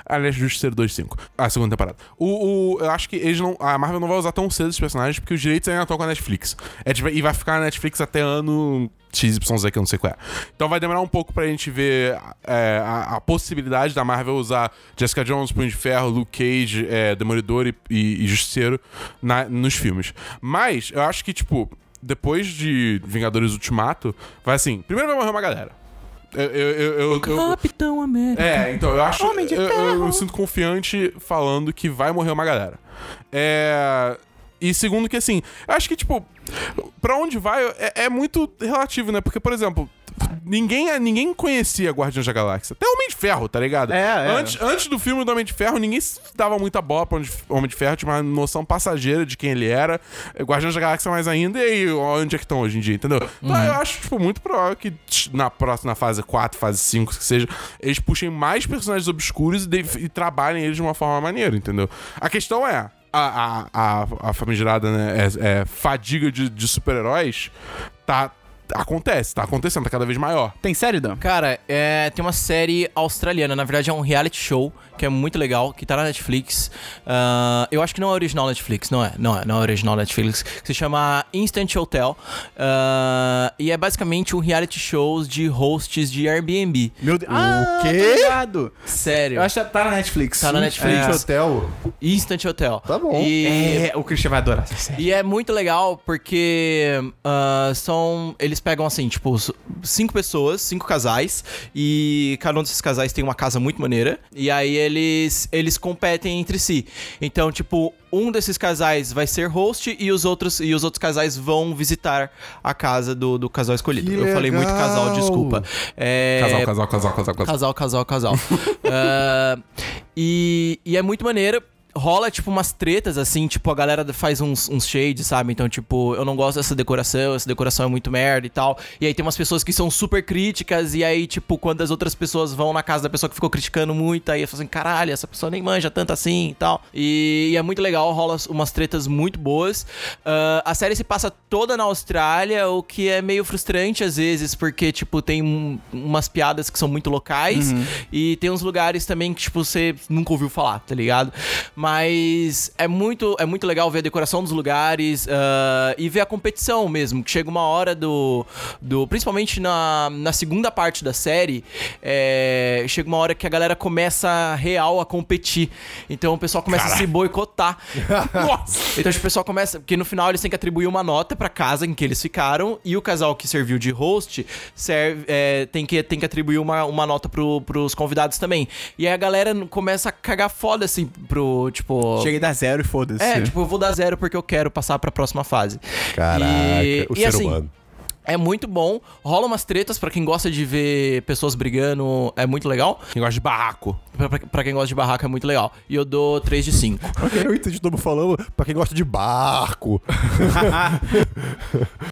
aliás, Justiceiro 2.5, a segunda temporada. O, o- eu acho que eles não, a Marvel não vai usar tão cedo esses personagens porque os direitos ainda estão com a Netflix. É, tipo, e vai ficar na Netflix até ano XYZ, que eu não sei qual é. Então vai demorar um pouco pra gente ver é, a, a possibilidade da Marvel usar Jessica Jones, Punho de Ferro, Luke Cage, é, Demolidor e, e, e Justiceiro na- nos filmes. Mas eu acho que, tipo, depois de Vingadores Ultimato, vai assim, primeiro vai morrer uma galera. Eu, eu, eu, eu- eu-
Capitão América.
é, então eu acho.
Homem de
eu, eu
Ferro.
me sinto confiante falando que vai morrer uma galera. É. E segundo que assim, eu acho que, tipo, pra onde vai é, é muito relativo, né? Porque, por exemplo, ninguém, ninguém conhecia Guardiões da Galáxia. Até Homem de Ferro, tá ligado?
É, é.
Antes, antes do filme do Homem de Ferro, ninguém se dava muita bola pra Homem de- Homem de Ferro, tinha uma noção passageira de quem ele era. É, Guardiões da Galáxia mais ainda, e aí, onde é que estão hoje em dia, entendeu? Então eu acho, tipo, muito provável que tch, na próxima fase 4, fase 5, que seja, eles puxem mais personagens obscuros e, de- e trabalhem eles de uma forma maneira, entendeu? A questão é. A, a, a, a famigerada, né? É, é, fadiga de, de super-heróis tá. Acontece, tá acontecendo, tá cada vez maior.
Tem série, Dan?
Cara, é, tem uma série australiana, na verdade é um reality show que é muito legal, que tá na Netflix. Ah, eu acho que não é original Netflix, não é, não é, não é original Netflix. Que se chama Instant Hotel. Ah, e é basicamente um reality show de hosts de Airbnb.
Meu Deus.
Ah,
quê?
tá
Sério.
Eu acho que tá na Netflix.
Tá na Netflix.
É.
Gente, hotel.
Instant Hotel.
Tá bom.
E-
É, o Christian vai adorar essa série.
E é muito legal porque ah, são. Eles pegam assim, tipo, s- cinco pessoas, cinco casais, e cada um desses casais tem uma casa muito maneira. E aí eles, eles competem entre si. Então, tipo, um desses casais vai ser host e os outros, e os outros casais vão visitar a casa do, do casal escolhido.
Que
Eu falei muito casal,
legal.
desculpa. É,
Casal, casal, casal, casal, casal.
Casal, casal, casal. Ah, e, e é muito maneiro. Rola, tipo, umas tretas, assim, tipo, a galera faz uns, uns shades, sabe? Então, tipo, eu não gosto dessa decoração, essa decoração é muito merda e tal. E aí tem umas pessoas que são super críticas, e aí, tipo, quando as outras pessoas vão na casa da pessoa que ficou criticando muito, aí eu falo assim, caralho, essa pessoa nem manja tanto assim e tal. E, e é muito legal, rola umas tretas muito boas. Ah, a série se passa toda na Austrália, o que é meio frustrante às vezes, porque, tipo, tem um- umas piadas que são muito locais e tem uns lugares também que, tipo, você nunca ouviu falar, tá ligado? Mas é muito, é muito legal ver a decoração dos lugares ah, e ver a competição mesmo, que chega uma hora do. do principalmente na, na segunda parte da série, é, chega uma hora que a galera começa real a competir. Então o pessoal começa a se boicotar.
Nossa!
Então, tipo, o pessoal começa. Porque no final eles têm que atribuir uma nota pra casa em que eles ficaram. E o casal que serviu de host serve, é, tem, que, tem que atribuir uma, uma nota pro, pros convidados também. E aí a galera começa a cagar foda, assim, pro. Tipo.
Cheguei da zero e foda-se.
É, tipo, eu vou dar zero porque eu quero passar pra próxima fase.
Caraca,
E-
o
e
ser
assim,
humano.
É muito bom. Rola umas tretas pra quem gosta de ver pessoas brigando. É muito legal.
Negócio de barraco.
Pra, pra- pra quem gosta de barraca, é muito legal. E eu dou 3 de 5.
Ok, eu entendi o Dobo falando pra quem gosta de barco.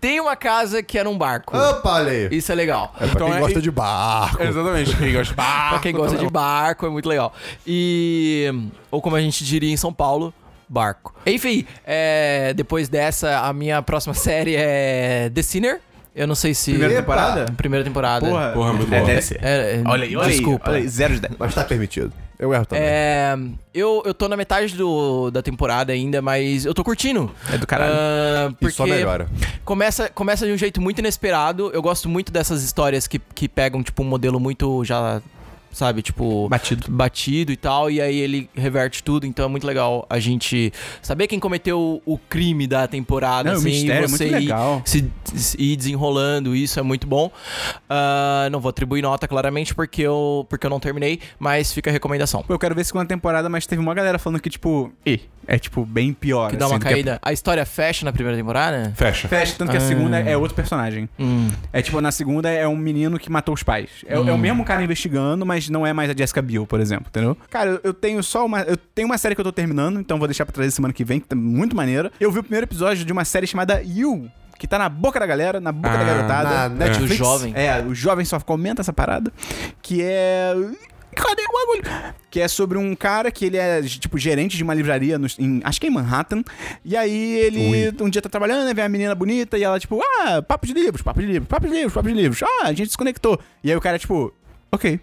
Tem uma casa que era um barco.
Opa, Ale!
Isso é legal.
É pra
Então
quem
é-
gosta de barco.
Exatamente, quem gosta de barco.
Pra quem gosta de barco, é muito legal. E. Ou como a gente diria em São Paulo, barco. Enfim, é, depois dessa, a minha próxima série é The Sinner. Eu não sei se.
Primeira temporada?
Primeira temporada.
Porra,
Porra, muito
é
bom.
DLC.
É, é,
Olha aí, olha aí,
desculpa.
Olha aí, zero de dez.
Mas tá permitido. Eu erro também.
É, eu, eu tô na metade do, da temporada ainda, mas eu tô curtindo.
É do caralho.
Ah,
E
porque
só melhora.
Começa, começa de um jeito muito inesperado. Eu gosto muito dessas histórias que, que pegam, tipo, um modelo muito já. Sabe, tipo.
Batido.
Batido e tal, e aí ele reverte tudo, então é muito legal a gente saber quem cometeu o crime da temporada,
Não, o
assim,
mistério é
e você
muito
ir-
legal.
se se ir desenrolando, isso é muito bom. Ah, não vou atribuir nota claramente porque eu, porque eu não terminei, mas fica a recomendação.
Pô, eu quero ver a segunda temporada, mas teve uma galera falando que, tipo, e é tipo bem pior.
Que é dá
assim,
uma
do a-
caída. A história fecha na primeira temporada?
Fecha.
Fecha, tanto que a segunda é outro personagem.
Hum.
É tipo, na segunda é um menino que matou os pais. É, é o mesmo cara investigando, mas não é mais a Jessica Biel, por exemplo, entendeu? Cara, eu, eu tenho só uma. Eu tenho uma série que eu tô terminando, então vou deixar pra trazer semana que vem, que tá muito maneira. Eu vi o primeiro episódio de uma série chamada You, que tá na boca da galera, na boca da
Ah,
garotada.
Na
Do
Netflix.
jovem.
É, o jovem só comenta essa parada, que é. Cadê o bagulho? Que é sobre um cara que ele é, tipo, gerente de uma livraria, nos- em- acho que é em Manhattan. E aí ele um dia tá trabalhando, né, vem a menina bonita e ela, tipo, ah, papo de livros, papo de livros, papo de livros, papo de livros. Ah, a gente se conectou. E aí o cara, tipo, ok.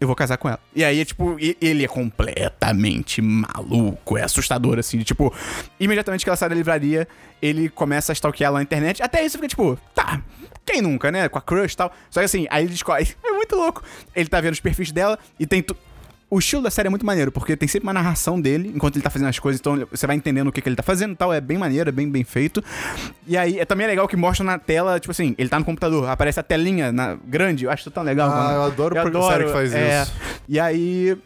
Eu vou casar com ela. E aí, é, tipo, e- ele é completamente maluco. É assustador, assim. De, tipo, imediatamente que ela sai da livraria, ele começa a stalkear ela na internet. Até isso fica, tipo, tá, quem nunca, né? Com a crush e tal. Só que assim, aí ele descobre. É muito louco. Ele tá vendo os perfis dela e tem. tu- O estilo da série é muito maneiro, porque tem sempre uma narração dele enquanto ele tá fazendo as coisas, então ele- você vai entendendo o que, que ele tá fazendo e tal. É bem maneiro, é bem bem feito. E aí é também legal que mostra na tela, tipo assim, ele tá no computador, aparece a telinha na, grande. Eu acho isso tão legal.
Ah,
mano.
eu adoro porque série que faz isso.
E aí.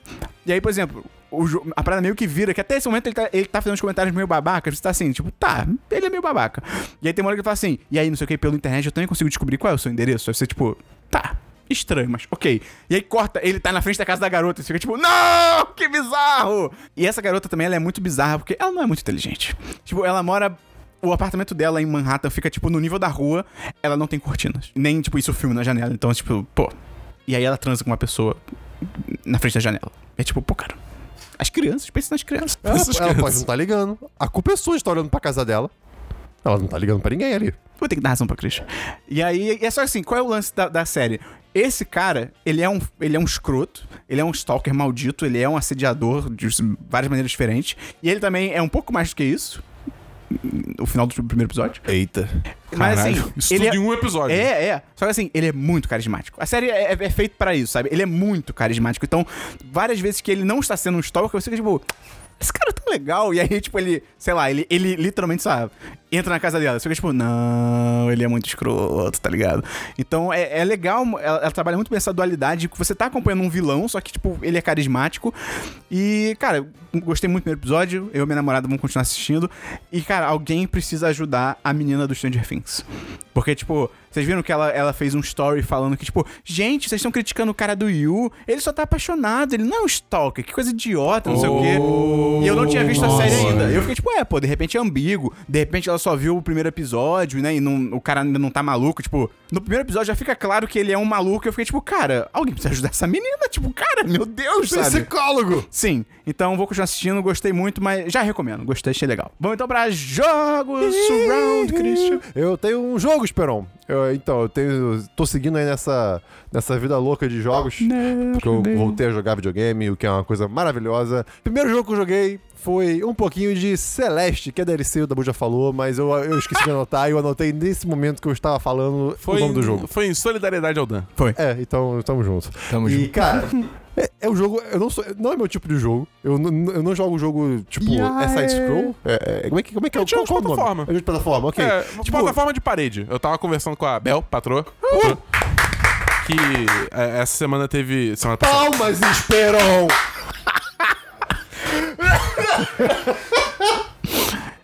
E aí, por exemplo. o jo- a parada meio que vira, que até esse momento ele tá, ele tá fazendo uns comentários meio babacas, você tá assim, tipo, tá, ele é meio babaca. E aí tem uma hora que ele fala assim, e aí não sei o que, pela internet eu também consigo descobrir qual é o seu endereço. Aí você, tipo, tá, estranho, mas ok. E aí corta, ele tá na frente da casa da garota, e você fica tipo, não, que bizarro! E essa garota também, ela é muito bizarra, porque ela não é muito inteligente. Tipo, ela mora o apartamento dela em Manhattan fica, tipo, no nível da rua. Ela não tem cortinas. Nem, tipo, isso filme na janela. Então, tipo, pô. E aí ela transa com uma pessoa na frente da janela. É tipo, pô, cara. As crianças, pensa nas crianças.
Ela,
Essas
ela pode
crianças.
não tá ligando. A culpa é sua de estar olhando pra casa dela. Ela não tá ligando pra ninguém ali.
Vou ter que dar razão pra Cris. E aí, é só assim, qual é o lance da, da série? Esse cara, ele é, um, ele é um escroto, ele é um stalker maldito, ele é um assediador de várias maneiras diferentes. E ele também é um pouco mais do que isso. O final do primeiro episódio.
Eita.
Mas assim,
Caralho, isso
ele
tudo
é-
em um episódio.
É, é. Só que assim, ele é muito carismático. A série é, é feita pra isso, sabe? Ele é muito carismático. Então, várias vezes que ele não está sendo um stalker, você fica tipo. Esse cara é tão legal. E aí, tipo, ele, sei lá, ele, ele literalmente, sabe, entra na casa dela. Você fica tipo, não, ele é muito escroto, tá ligado? Então é, é legal, ela, ela trabalha muito bem essa dualidade. que Você tá acompanhando um vilão, só que, tipo, ele é carismático. E, cara, gostei muito do primeiro episódio. Eu e minha namorada vamos continuar assistindo. E, cara, alguém precisa ajudar a menina do Stranger Things. Porque, tipo, vocês viram que ela, ela fez um story falando que, tipo, gente, vocês estão criticando o cara do Yu, ele só tá apaixonado, ele não é um stalker, que coisa idiota, não sei o quê. E eu não tinha visto a série
nossa.
ainda. Eu fiquei tipo, é, pô, de repente é ambíguo, de repente ela só viu o primeiro episódio, né, e não- o cara ainda não tá maluco, tipo, no primeiro episódio já fica claro que ele é um maluco, eu fiquei tipo, cara, alguém precisa ajudar essa menina, tipo, cara, meu Deus, sabe?
Psicólogo!
Sim, então vou continuar assistindo, gostei muito, mas já recomendo, gostei, achei legal. Vamos então pra jogos Surround, Christian.
Eu tenho um jogo, Esperon. Eu- então, eu tenho. tô seguindo aí nessa, nessa vida louca de jogos. Porque eu voltei a jogar videogame, o que é uma coisa maravilhosa. Primeiro jogo que eu joguei foi um pouquinho de Celeste, que é DLC, o Dabu já falou, mas eu, eu esqueci de anotar e eu anotei nesse momento que eu estava falando
Foi um-
o nome do
em-
jogo.
Foi em solidariedade ao Dan.
É, então tamo junto.
Tamo
e,
junto.
cara, é, é um jogo. Eu não, sou, não é meu tipo de jogo. Eu, n- eu não jogo jogo, tipo,
ah,
Yeah.
é side-scroll. É, é- como é que como é? Que é,
É
qual-
jogo
qual o
de
nome?
plataforma.
É jogo de plataforma, ok.
É,
Tipo,
plataforma de parede. Eu tava conversando com a Bel, patroa.
Uh!
né, Que é, essa semana teve. Semana passada.
Palmas, Esperon!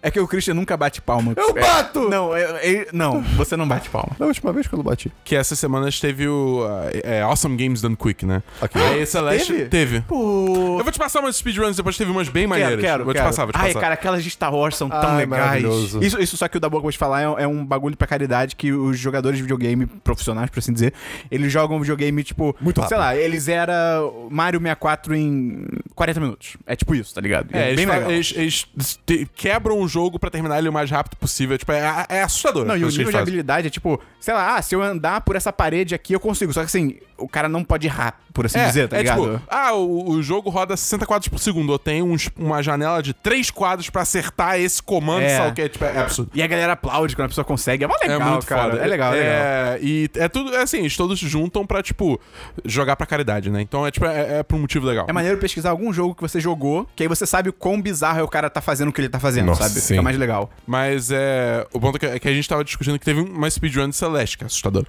É que o Christian nunca bate palma.
Eu bato!
Não, eu- eu- não, você não bate palma.
Na É. última vez que eu não bati.
Que essa semana a gente teve o ah, é, Awesome Games Done Quick, né?
Aqui.
Aí Celeste
Teve?
teve. Eu vou te passar umas speedruns, depois teve umas bem maneiras. vou te passar, vou te
Ai,
passar.
cara, aquelas de Star Wars são tão
Ai,
legais.
maravilhoso.
Isso, isso só que o Dabu acabou de falar é, é um bagulho pra caridade que os jogadores de videogame profissionais, por assim dizer, eles jogam videogame, tipo...
Muito rápido.
Sei lá, eles era Mario 64 em 40 minutos. É tipo isso, tá ligado?
É, eles,
bem
fa-
legal.
eles- eles te- quebram o jogo pra terminar ele o mais rápido possível. Tipo, é, é assustador.
Não, e
as
o
coisas que
nível
eles
de
fazem.
habilidade é tipo, sei lá, ah, se eu andar por essa parede aqui, eu consigo. Só que assim, o cara não pode errar, por assim dizer, tá ligado?
tipo, ah, o, o jogo roda 60 quadros por segundo. Eu tenho uns- uma janela de 3 quadros pra acertar esse comando,
É.
sabe o que? Tipo, é absurdo.
E a galera aplaude quando a pessoa consegue. É mó legal,
é muito
cara.
foda.
É legal, é, legal.
é, E é tudo, é assim, eles todos se juntam pra, tipo, jogar pra caridade, né? Então é, tipo, é, é por um motivo legal.
É maneiro pesquisar algum jogo que você jogou, que aí você sabe o quão bizarro é o cara tá fazendo o que ele tá fazendo,
Nossa,
sabe?
sim.
Fica mais legal.
Mas é. O ponto é que, é que a gente tava discutindo que teve uma speedrun de Celeste, que é assustador.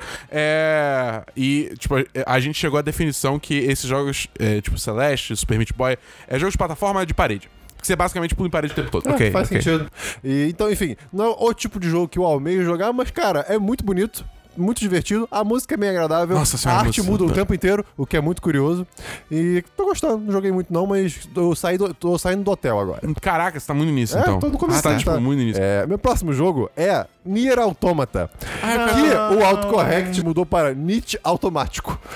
É. E, tipo, a, a gente chegou à definição que esses jogos, é, tipo Celeste, Super Meat Boy, é jogo de plataforma de parede. Que você basicamente pula em parede o tempo todo.
Ah,
ok.
faz
ok.
sentido. E, então, enfim, não é o tipo de jogo que eu almejo jogar, mas, cara, é muito bonito, muito divertido. A música é bem agradável.
Nossa
a
senhora,
arte
a música.
muda o tempo inteiro, o que é muito curioso. E tô gostando, não joguei muito não, mas eu saí do, tô saindo do hotel agora.
Caraca, você tá muito no início,
É,
então.
tô no começo,
Você tá,
tá.
tipo, muito no início.
É, meu próximo jogo é Nier Automata. que o autocorrect mudou para Nietzsche Automático.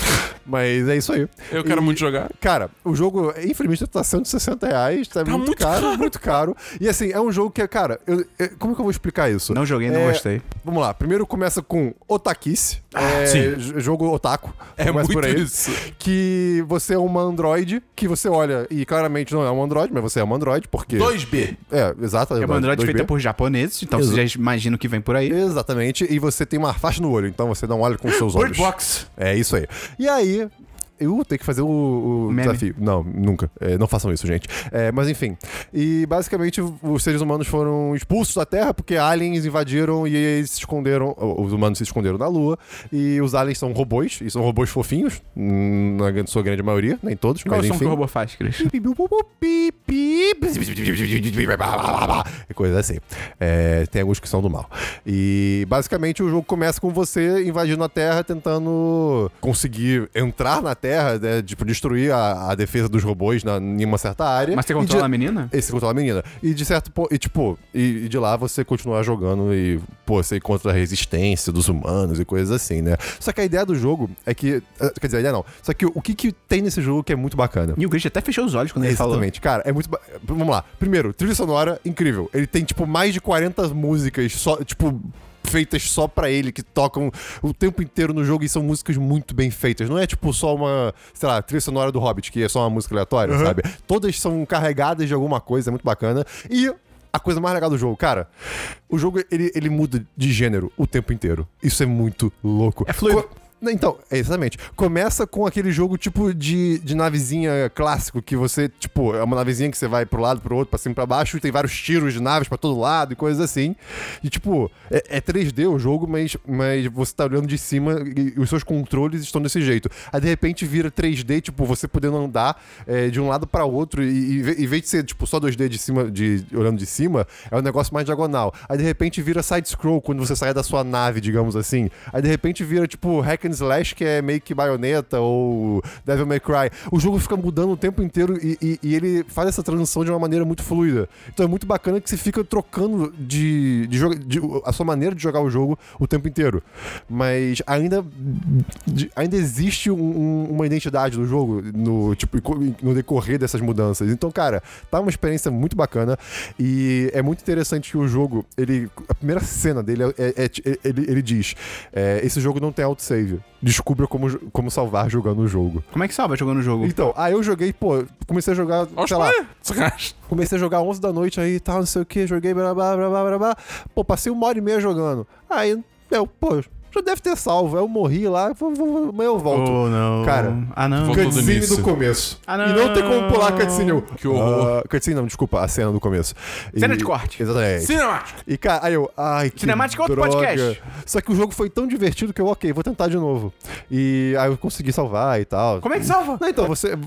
Mas é isso aí.
Eu quero
E-
muito jogar.
Cara, o jogo, infelizmente, tá 160 reais, tá, muito,
muito
caro, muito caro. E assim, é um jogo que, cara, eu- eu- como que eu vou explicar isso?
Não joguei, não
É,
gostei.
Vamos lá, primeiro começa com Otakice. é,
sim.
j- Jogo Otaku.
É
começa
muito
por aí.
isso.
Que você é uma androide, que você olha, e claramente não é um androide, mas você é um androide, porque.
2B.
É, exato.
É uma Android
2B.
feita por japoneses, então você já imagina o que vem por aí.
Exatamente, e você tem uma faixa no olho, então você não olha com seus
Bird
olhos.
Box.
É isso aí. E aí, eu tenho que fazer o, o
Meme.
desafio. Não, nunca. É, não façam isso, gente. É, mas enfim. E basicamente, os seres humanos foram expulsos da Terra porque aliens invadiram e eles se esconderam. o- Os humanos se esconderam na Lua. E os aliens são robôs. E são robôs fofinhos. hum, Na gran- sua grande maioria, nem todos,
Qual é o
mas
som que o
enfim.
robô faz, Cris?
E coisa assim. É, tem alguns que são do mal. E basicamente o jogo começa com você invadindo a Terra, tentando conseguir entrar na Terra, né, tipo, destruir a, a defesa dos robôs na, em uma certa área.
Mas você
E
controla
de-
a menina?
esse controla a menina. E de certo ponto. E tipo, e, e de lá você continuar jogando e, pô, você encontra a resistência dos humanos e coisas assim, né? Só que a ideia do jogo é que. eh, Quer dizer, a ideia não. Só que o que, que tem nesse jogo que é muito bacana?
E o Christian até fechou os olhos quando né? ele falou.
Exatamente, cara, é muito. ba- Vamos lá. Primeiro, trilha sonora incrível. Ele tem, tipo, mais de 40 músicas só, tipo. Feitas só pra ele, que tocam o tempo inteiro no jogo e são músicas muito bem feitas. Não é tipo só uma, sei lá, trilha sonora do Hobbit, que é só uma música aleatória, sabe? Todas são carregadas de alguma coisa, é muito bacana. E a coisa mais legal do jogo, cara, o jogo ele, ele muda de gênero o tempo inteiro. Isso é muito louco.
É fluido.
Co- não, Então, é, exatamente. Começa com aquele jogo tipo de, de navezinha clássico, que você, tipo, é uma navezinha que você vai pro lado, pro outro, pra cima, pra baixo, e tem vários tiros de naves pra todo lado e coisas assim. E, tipo, é, é 3D o jogo, mas, mas você tá olhando de cima e, e os seus controles estão desse jeito. Aí, de repente, vira 3D, tipo, você podendo andar é, de um lado pra outro, e, e ve- em vez de ser, tipo, só 2D de cima, de, olhando de cima, é um negócio mais diagonal. Aí, de repente, vira side-scroll, quando você sai da sua nave, digamos assim. Aí de repente vira tipo hack and slash que é meio que baioneta ou Devil May Cry. O jogo fica mudando o tempo inteiro e, e- e ele faz essa transição de uma maneira muito fluida. Então é muito bacana que você fica trocando de, de, joga- de- a sua maneira de jogar o jogo o tempo inteiro. Mas ainda de- ainda existe um- um- uma identidade do jogo no tipo no decorrer dessas mudanças. Então cara, tá uma experiência muito bacana e é muito interessante que o jogo ele a primeira cena dele é- é- é- ele, ele diz é, esse jogo não tem autosave. Descubra como, jo- como salvar jogando o jogo.
Como é que salva jogando o jogo?
Então, aí eu joguei, pô, comecei a jogar,
Ó,
sei lá,
spoiler. Sacanagem.
comecei a jogar 11 da noite aí, tal, não sei o que, joguei, blá, blá, blá, blá, blá, blá. Pô, passei uma hora e meia jogando. Aí, eu, pô, já deve ter salvo. Aí eu morri lá, vou, vou, vou, amanhã eu volto.
Oh, não.
Cara,
Ah, não.
Voltou do
Cutscene
início.
do começo.
Ah,
E não tem como pular a cutscene. eu-
Que horror.
Ah, cutscene não, desculpa, a cena do começo. E-
Cena de corte.
Exatamente.
Cinemático.
E, cara, aí eu, ai, que
Cinemática é outro
droga.
podcast.
Só que o jogo foi tão divertido que eu, ok, vou tentar de novo. E aí eu consegui salvar e tal.
Como é que salva?
Não, então, você.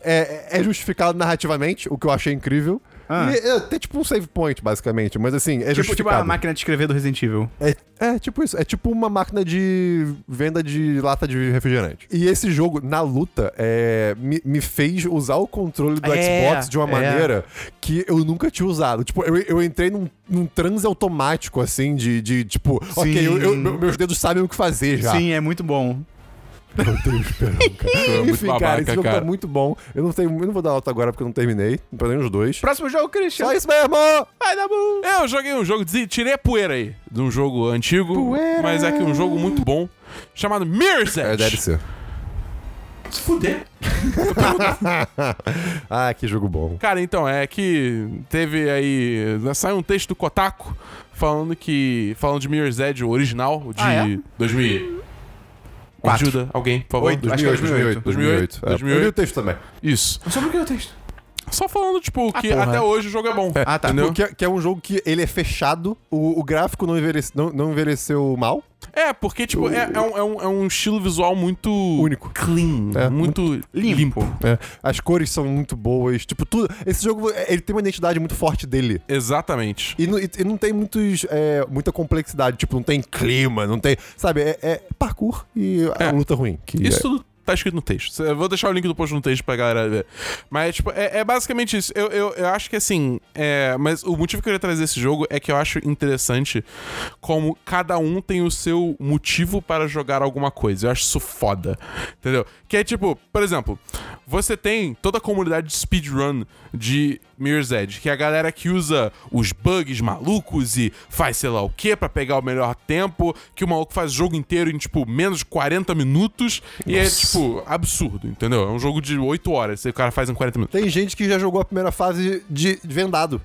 É, é justificado narrativamente, o que eu achei incrível.
Ah.
E é, tem tipo um save point, basicamente, mas assim, é
Tipo, tipo a
justificado.
máquina de escrever do Resident Evil.
É, é tipo isso. É tipo uma máquina de venda de lata de refrigerante. E esse jogo, na luta, é, me, me fez usar o controle do
É,
Xbox de uma
é.
maneira que eu nunca tinha usado. Tipo, eu, eu entrei num, num transe automático, assim, de, de tipo, ok, eu- eu- meu- meus dedos sabem o que fazer já.
Sim, é muito bom.
Meu Deus, perdão, cara.
Foi muito
Enfim, cara, esse
babaca,
jogo tá
cara.
muito bom. Eu não, tenho, eu não vou dar nota agora porque eu não terminei. Pelo menos os dois.
Próximo jogo, Christian.
Só isso mesmo!
Vai dar bom.
É, eu joguei um jogo, desi- tirei a poeira aí, de um jogo antigo,
Poeira.
mas é que um jogo muito bom, chamado Mirror's Edge.
É, deve ser.
Se fuder.
Ah, que jogo bom.
Cara, então, é que teve aí. Saiu um texto do Kotaku falando que. Falando de Mirror's Edge, o original, o de
Ah, é?
2000. e- Ajuda alguém, por favor.
Oito. Acho que é 2008.
2008. 2008.
2008.
É. Eu li o texto também.
Isso.
Sobre o que é o texto?
Só falando, tipo, que
porra.
até hoje o jogo é bom.
Ah, tá.
Entendeu?
Tipo, que, é- que é um jogo que ele é fechado, o, o gráfico não, envelhece, não, não envelheceu mal.
É, porque, tipo, é, é um, é um- é um estilo visual muito.
Único.
Clean.
É,
muito limpo.
né? As cores são muito boas, tipo, tudo. Esse jogo, ele tem uma identidade muito forte dele.
Exatamente.
E, não- e- e não tem muitos, é, muita complexidade, tipo, não tem clima, não tem. Sabe, é, é parkour e a
É.
luta ruim. que
Isso tudo tá escrito no texto. Cê- Eu vou deixar o link do post no texto pra galera ver. Mas, tipo, é, é basicamente isso. Eu, eu, eu acho que, assim... é, mas o motivo que eu ia trazer esse jogo é que eu acho interessante como cada um tem o seu motivo para jogar alguma coisa. Eu acho isso foda. Entendeu? Que é, tipo... Por exemplo, você tem toda a comunidade de speedrun de Mirror's Edge, que é a galera que usa os bugs malucos e faz sei lá o que pra pegar o melhor tempo, que o maluco faz o jogo inteiro em, tipo, menos de 40 minutos. E é, tipo, absurdo, entendeu? É um jogo de 8 horas, e o cara faz em 40 minutos.
é. Tem gente que já jogou a primeira fase de de vendado.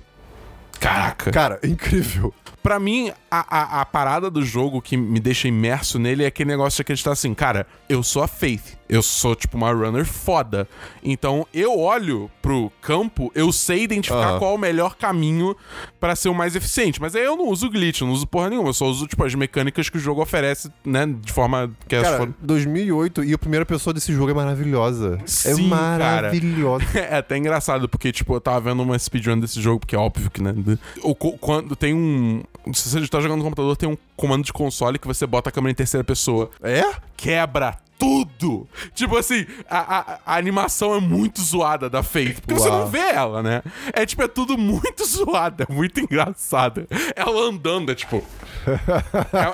É.
Caraca!
Cara, é incrível.
Pra mim, a, a- a parada do jogo que me deixa imerso nele é aquele negócio de acreditar assim, cara, eu sou a Faith. Eu sou, tipo, uma runner foda. Então, eu olho pro campo, eu sei identificar
Aham.
qual é o melhor caminho pra ser o mais eficiente. Mas aí eu não uso glitch, eu não uso porra nenhuma. Eu só uso, tipo, as mecânicas que o jogo oferece, né? De forma que elas
Cara,
foram...
2008 e a primeira pessoa desse jogo é maravilhosa.
Sim,
é
cara.
maravilhosa.
É até engraçado, porque, tipo, eu tava vendo uma speedrun desse jogo, porque é óbvio que, né? Ou co- quando tem um. Se você tá jogando no computador, tem um comando de console que você bota a câmera em terceira pessoa. É? Quebra tudo! Tipo assim, a, a- a animação é muito zoada da Faith, porque você
Uau.
não vê ela, né? É tipo, é tudo muito zoado, é muito engraçado. Ela andando, é tipo.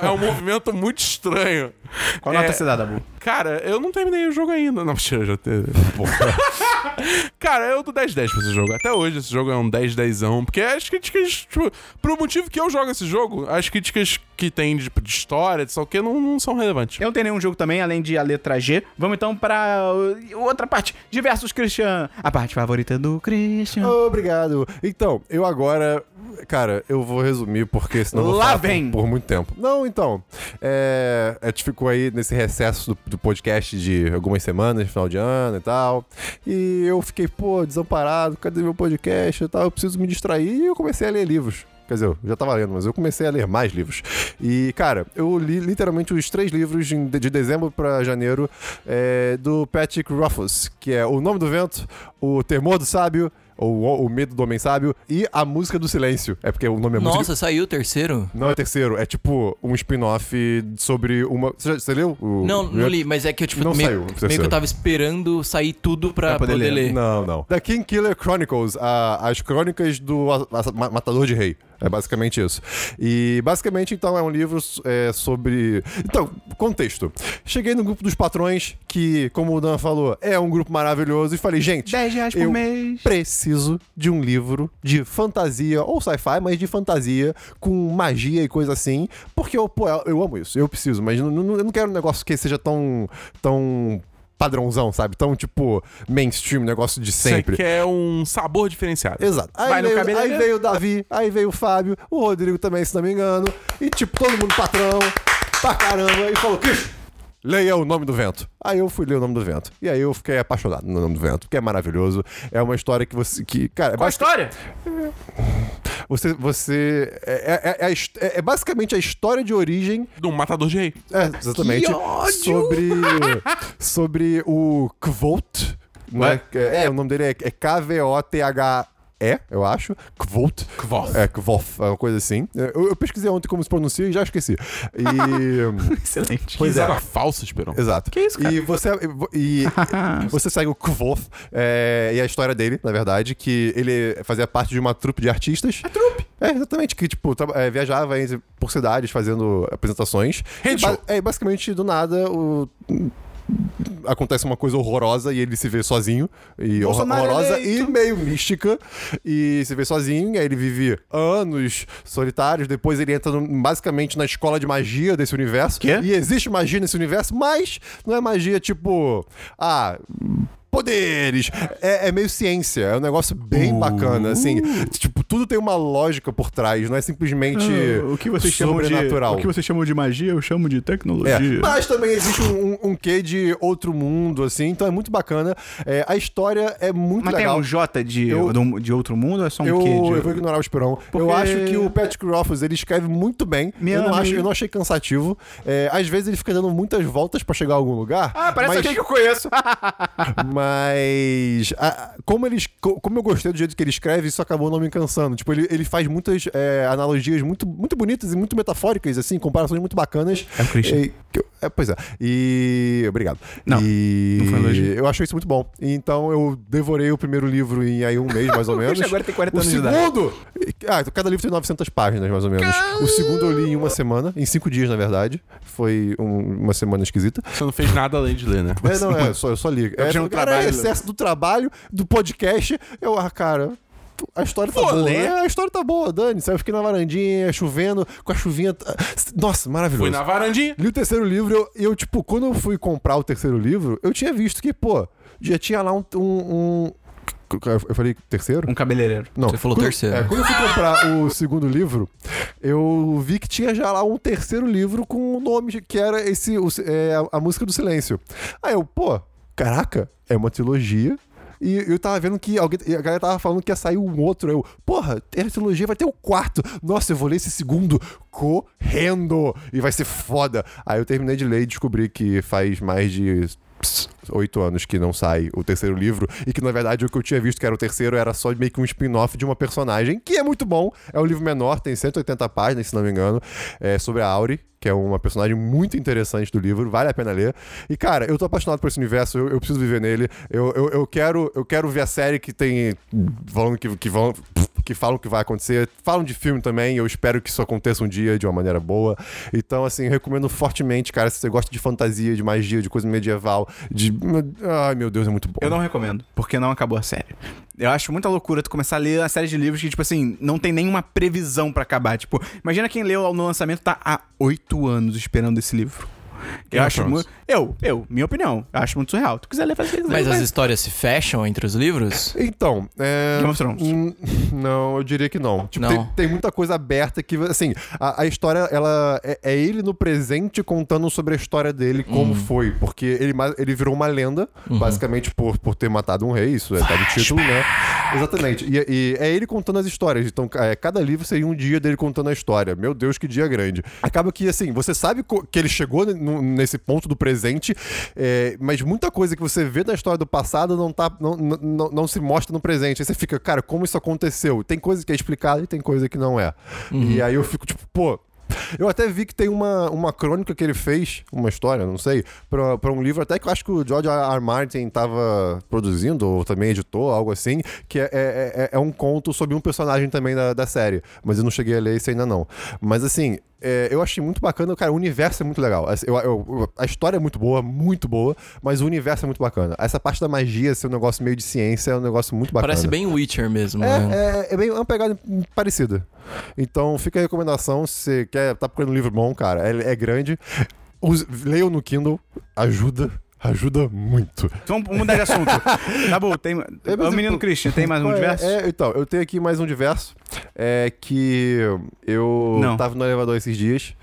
é, é um movimento muito estranho.
Qual
É,
nota você dá, Dabu?
Cara, eu não terminei o jogo ainda. Não, mentira, eu já teve. cara, eu dou 10-10 pra esse jogo. Até hoje esse jogo é um 10-10zão. Porque as críticas, tipo, pro motivo que eu jogo esse jogo, as críticas que tem de, de história, de só o que, não, não são relevantes.
Eu não tenho nenhum jogo também, além de a letra G. Vamos então pra uh, outra parte. Diversos Christian. A parte favorita do Christian.
Ah, Obrigado. Então, eu agora. Cara, eu vou resumir porque senão eu vou
Lá
falar por-
vem.
Por, muito tempo. Não, então. É, a gente ficou aí nesse recesso do, do podcast de algumas semanas, final de ano e tal. E eu fiquei, pô, desamparado, cadê meu podcast e tal? Eu preciso me distrair e eu comecei a ler livros. Quer dizer, eu já tava lendo, mas eu comecei a ler mais livros. E, cara, eu li literalmente os três livros de, de dezembro pra janeiro é, do Patrick Ruffles, que é O Nome do Vento, O Temor do Sábio, ou O, o Medo do Homem Sábio e A Música do Silêncio. É porque o nome é música.
Nossa, saiu o terceiro?
Não é terceiro, é tipo um spin-off sobre uma. Você, já, você leu? O...
Não, não
o-
li, mas é que eu, tipo,
Não
meio,
saiu o terceiro.
meio que eu tava esperando sair tudo pra, poder, ler.
Não, não. The King Killer Chronicles, a- as crônicas do a- a- ma- Matador de Rei. É basicamente isso. E basicamente, então, é um livro é, sobre. Então, contexto. Cheguei no grupo dos patrões, que, como o Dan falou, é um grupo maravilhoso, e falei, gente.
10 reais por
eu-
mês.
preciso de um livro de fantasia ou sci-fi, mas de fantasia com magia e coisa assim, porque eu, pô, eu amo isso, eu preciso, mas não- não- eu não quero um negócio que seja tão tão padrãozão, sabe? Tão tipo mainstream, negócio de sempre.
Você quer um sabor diferenciado.
Exato.
Vai
Aí,
no
veio, aí
cabeleireiro.
veio o Davi, aí veio o Fábio, o Rodrigo também, se não me engano, e tipo todo mundo patrão, pra caramba, e falou: "Cristo, Leia o nome do vento. Aí eu fui ler o nome do vento. E aí eu fiquei apaixonado no nome do vento, porque é maravilhoso. É uma história que você. Que, cara,
Qual a
basta-
história?
você. você é, é- é a his- é- é basicamente a história de origem.
Do Matador de Rei.
É, exatamente.
Que ódio!
Sobre. sobre é o Kvolt. Né? É, o nome dele é, é K-V-O-T-H. é, eu acho. Kvoth.
Kvoth.
É, Kvoth, é uma coisa assim. Eu, eu pesquisei ontem como se pronuncia e já esqueci. E.
Excelente.
pois é.
Era falso, Esperão.
Exato.
Que isso, cara?
E você, e, e você segue o Kvoth é, e a história dele, na verdade, que ele fazia parte de uma trupe de artistas. A trupe? É, exatamente, que, tipo, traba- é, viajava entre- por cidades fazendo apresentações.
Rede
E ba-
show.
É, basicamente, do nada, o... Acontece uma coisa horrorosa e ele se vê sozinho. E hor-
Bolsonaro
horrorosa
eleito.
e meio mística. E se vê sozinho. E aí ele vive anos solitários. Depois ele entra no- basicamente na escola de magia desse universo.
Quê?
E existe magia nesse universo, mas não é magia tipo. Ah. Poderes! É, é meio ciência, é um negócio bem
Uh.
bacana, assim. Tipo, tudo tem uma lógica por trás, não é simplesmente
Ah, O que vocês chamam de
sobrenatural.
O que vocês chamam de magia, eu chamo de
É,
tecnologia.
Mas também existe um, um, um quê de outro mundo, assim, então é muito bacana. É, a história é muito
Mas tem
legal.
um J de,
Eu-
de um- de outro mundo ou é só um
eu,
quê? De...
eu vou ignorar o Esperão.
Porque-
Eu acho que o Patrick Rothfuss, ele escreve muito bem.
Me
eu, não
ame.
acho, eu não achei cansativo. É, às vezes ele fica dando muitas voltas pra chegar a algum lugar.
Ah, parece
mas,
alguém que eu conheço.
Mas a- como, ele, es- co- como eu gostei do jeito que ele escreve, isso acabou não me cansando. Tipo, ele, ele faz muitas é, analogias muito, muito bonitas e muito metafóricas, assim, comparações muito bacanas.
É o Christian.
E- que eu- é, pois é. E. Obrigado.
Não,
E
não foi um elogio.
eu achei isso muito bom. Então eu devorei o primeiro livro em aí um mês, mais ou menos.
Christian agora tem 40
o
anos de idade.
segundo! Ah, cada livro tem 900 páginas, mais ou menos. O segundo eu li em uma semana, em cinco dias, na verdade. Foi um- uma semana esquisita.
Você não fez nada além de ler, né?
É, não, é, só, eu só ligo. É,
tinha um
cara,
trabalho.
é excesso do trabalho, do podcast. Eu, ah, cara, a história tá
Vou
boa.
ler.
É, a história tá boa, Dani. Eu fiquei na varandinha, chovendo, com a chuvinha. tá- Nossa, maravilhoso.
Fui na varandinha.
Li o terceiro livro, eu, eu, tipo, quando eu fui comprar o terceiro livro, eu tinha visto que, pô, já tinha lá um. um- um- Eu falei terceiro?
Um cabeleireiro.
Não.
Você falou
Quando-
terceiro.
é, quando eu fui comprar o segundo livro, eu vi que tinha já lá um terceiro livro com o nome que era esse o- é, a, a música do silêncio. Aí eu, pô, caraca, é uma trilogia. E eu tava vendo que alguém, e a galera tava falando que ia sair um outro. Eu, porra, é a trilogia, vai ter o quarto. Nossa, eu vou ler esse segundo correndo. E vai ser foda. Aí eu terminei de ler e descobri que faz mais de ps, oito anos que não sai o terceiro livro e que na verdade o que eu tinha visto que era o terceiro era só meio que um spin-off de uma personagem que é muito bom, é um livro menor, tem 180 páginas, se não me engano, é sobre a Auri, que é uma personagem muito interessante do livro, vale a pena ler. E cara, eu tô apaixonado por esse universo, eu, eu preciso viver nele. Eu, eu, eu quero eu quero ver a série que tem hum, falando que que vão que falam que vai acontecer, falam de filme também, eu espero que isso aconteça um dia de uma maneira boa. Então, assim, recomendo fortemente, cara, se você gosta de fantasia, de magia, de coisa medieval, de. Ai, meu Deus, é muito bom.
Eu não recomendo, porque não acabou a série. Eu acho muita loucura tu começar a ler uma série de livros que, tipo assim, não tem nenhuma previsão pra acabar. Tipo, imagina quem leu no lançamento tá há oito anos esperando esse livro. Eu
é
of
acho
Thrones.
muito. Eu, eu, minha opinião. Eu acho muito surreal. Tu quiser ler, faz o que quiser.
Mas é
faz.
as histórias se fecham entre os livros?
Então, é.
Game of Thrones.
Hum, Não, eu diria que não. Tipo,
Não.
Tem, tem muita coisa aberta que, assim, a, a história, ela. É, é ele no presente contando sobre a história dele, como foi. Porque ele, ma- ele virou uma lenda, basicamente, por, por ter matado um rei, isso é tá no título, né? Exatamente. E, e é ele contando as histórias. Então, é, cada livro seria um dia dele contando a história. Meu Deus, que dia grande. Acaba que, assim, você sabe co- que ele chegou n- nesse ponto do presente, é, mas muita coisa que você vê na história do passado não, tá, não, não- não, não se mostra no presente. Aí você fica, cara, como isso aconteceu? Tem coisa que é explicada e tem coisa que não é. E aí eu fico tipo, pô. Eu até vi que tem uma, uma crônica que ele fez, uma história, não sei, pra, pra um livro até que eu acho que o George R. R. Martin tava produzindo, ou também editou, algo assim, que é, é, é- é um conto sobre um personagem também da, da série. Mas eu não cheguei a ler isso ainda não. Mas assim, é, eu achei muito bacana, cara, o universo é muito legal. Assim, eu- eu- a história é muito boa, muito boa, mas o universo é muito bacana. Essa parte da magia ser um negócio meio de ciência é um negócio muito bacana.
Parece bem Witcher mesmo, né?
É, é, é bem é uma pegada parecida. Então fica a recomendação, se você quer, tá procurando um livro bom, cara, é, é grande. Use- leiam no Kindle, ajuda, ajuda muito.
Vamos mudar de assunto. tá bom, tem.
É, mas
o menino
eu-
Christian, tem mais um
Qual é?
diverso?
É, então, eu tenho aqui mais um diverso, é que eu
Não.
tava no elevador esses dias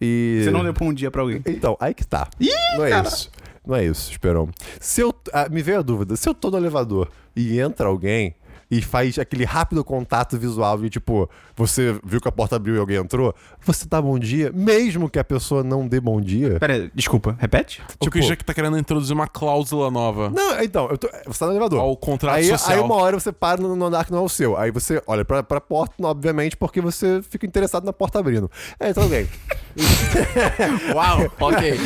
e...
Você não leu por um dia pra alguém.
Então, aí que tá. não é isso. Não é isso, Esperão. Se eu. ah, me veio a dúvida. Se eu tô no elevador e entra alguém e faz aquele rápido contato visual de tipo, você viu que a porta abriu e alguém entrou, você dá bom dia, mesmo que a pessoa não dê bom dia.
Pera, aí, desculpa, repete?
O Christian que tá querendo introduzir uma cláusula nova
Tipo, Não, então, eu tô- você tá no elevador.
ao contrato
aí,
social.
aí uma hora você para no, no andar que não é o seu. Aí você olha pra, pra porta, obviamente, porque você fica interessado na porta abrindo. Aí entra alguém.
é. Uau, ok.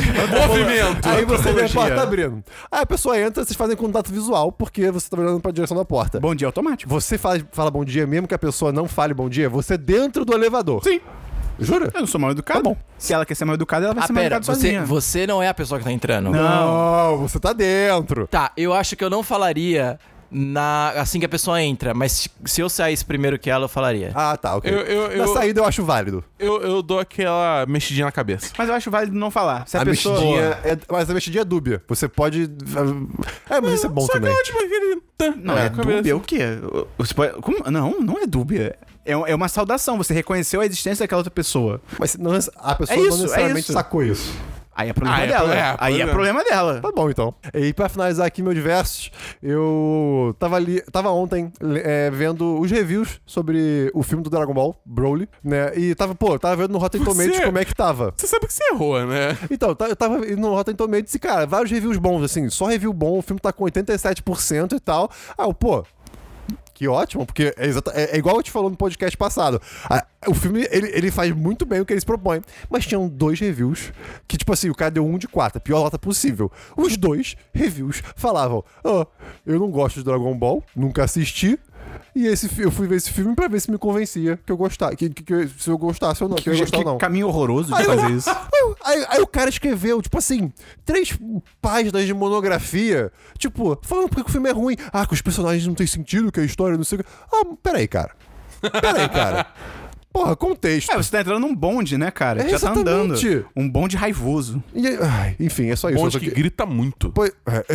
Movimento!
aí
é
você vê a
antropologia.
porta abrindo. Aí a pessoa entra, vocês fazem contato visual, porque você tá olhando pra direção da porta.
Bom dia automático.
Você fala, fala bom dia, mesmo que a pessoa não fale bom dia, você é dentro do elevador.
Sim.
Jura?
Eu não sou mal educado.
Tá bom.
Se ela quer ser mal educada, ela vai
Ah,
ser mal
pera,
educada
você,
sozinha.
você não é a pessoa que tá entrando.
Não, você tá dentro.
Tá, eu acho que eu não falaria na, assim que a pessoa entra, mas se- se eu saísse primeiro que ela, eu falaria.
Ah, tá, ok.
Eu- eu-
Na
eu-
saída eu acho válido.
Eu, eu dou aquela mexidinha na cabeça.
Mas eu acho válido não falar. Se a,
A,
pessoa.
mexidinha é, mas a mexidinha é dúbia. Você pode. É, mas isso é bom
Só
também.
que é ótimo aquele... tã,
Não,
na
né?
é
cabeça.
dúbia o quê? Você pode... Como? Não, não é dúbia. É, um- é uma saudação. Você reconheceu a existência daquela outra pessoa.
Mas não- a pessoa
É isso,
não necessariamente
é isso.
sacou isso.
Aí é problema
Ah, é
dela.
pro- é,
Aí é
problema.
problema dela.
Tá bom, então. E pra finalizar aqui meu diversos, eu tava ali, tava ontem le- é, vendo os reviews sobre o filme do Dragon Ball, Broly, né? E tava, pô, tava vendo no Rotten
Você-
Tomatoes como é que tava.
Você sabe que você errou, né?
Então, tá- eu tava indo no Rotten Tomatoes e, cara, vários reviews bons, assim, só review bom, o filme tá com 87% e tal. Ah, eu, pô, que ótimo, porque é, exata- é- é igual eu te falou no podcast passado. A- o filme, ele, ele faz muito bem o que ele se propõe. Mas tinham dois reviews que, tipo assim, o cara deu um de quatro, a pior nota possível. Os dois reviews falavam, ó, eu não gosto de Dragon Ball, nunca assisti. E esse, fi- eu fui ver esse filme pra ver se me convencia que eu gostar, que, que- que- se eu gostasse ou não, que, eu ia gostar ou não.
caminho horroroso de fazer isso.
Aí, aí- aí o cara escreveu, tipo assim, três páginas de monografia, tipo, falando porque o filme é ruim. Ah, que os personagens não têm sentido, que a história não sei o que. Ah, peraí, cara. Peraí, cara. Porra, contexto.
É, você tá entrando num bonde, né, cara?
É,
Já tá andando.
exatamente.
Um bonde raivoso.
E aí- ai, enfim, é só isso. Eu
Bonde
só
que
que-
grita muito.
Pois-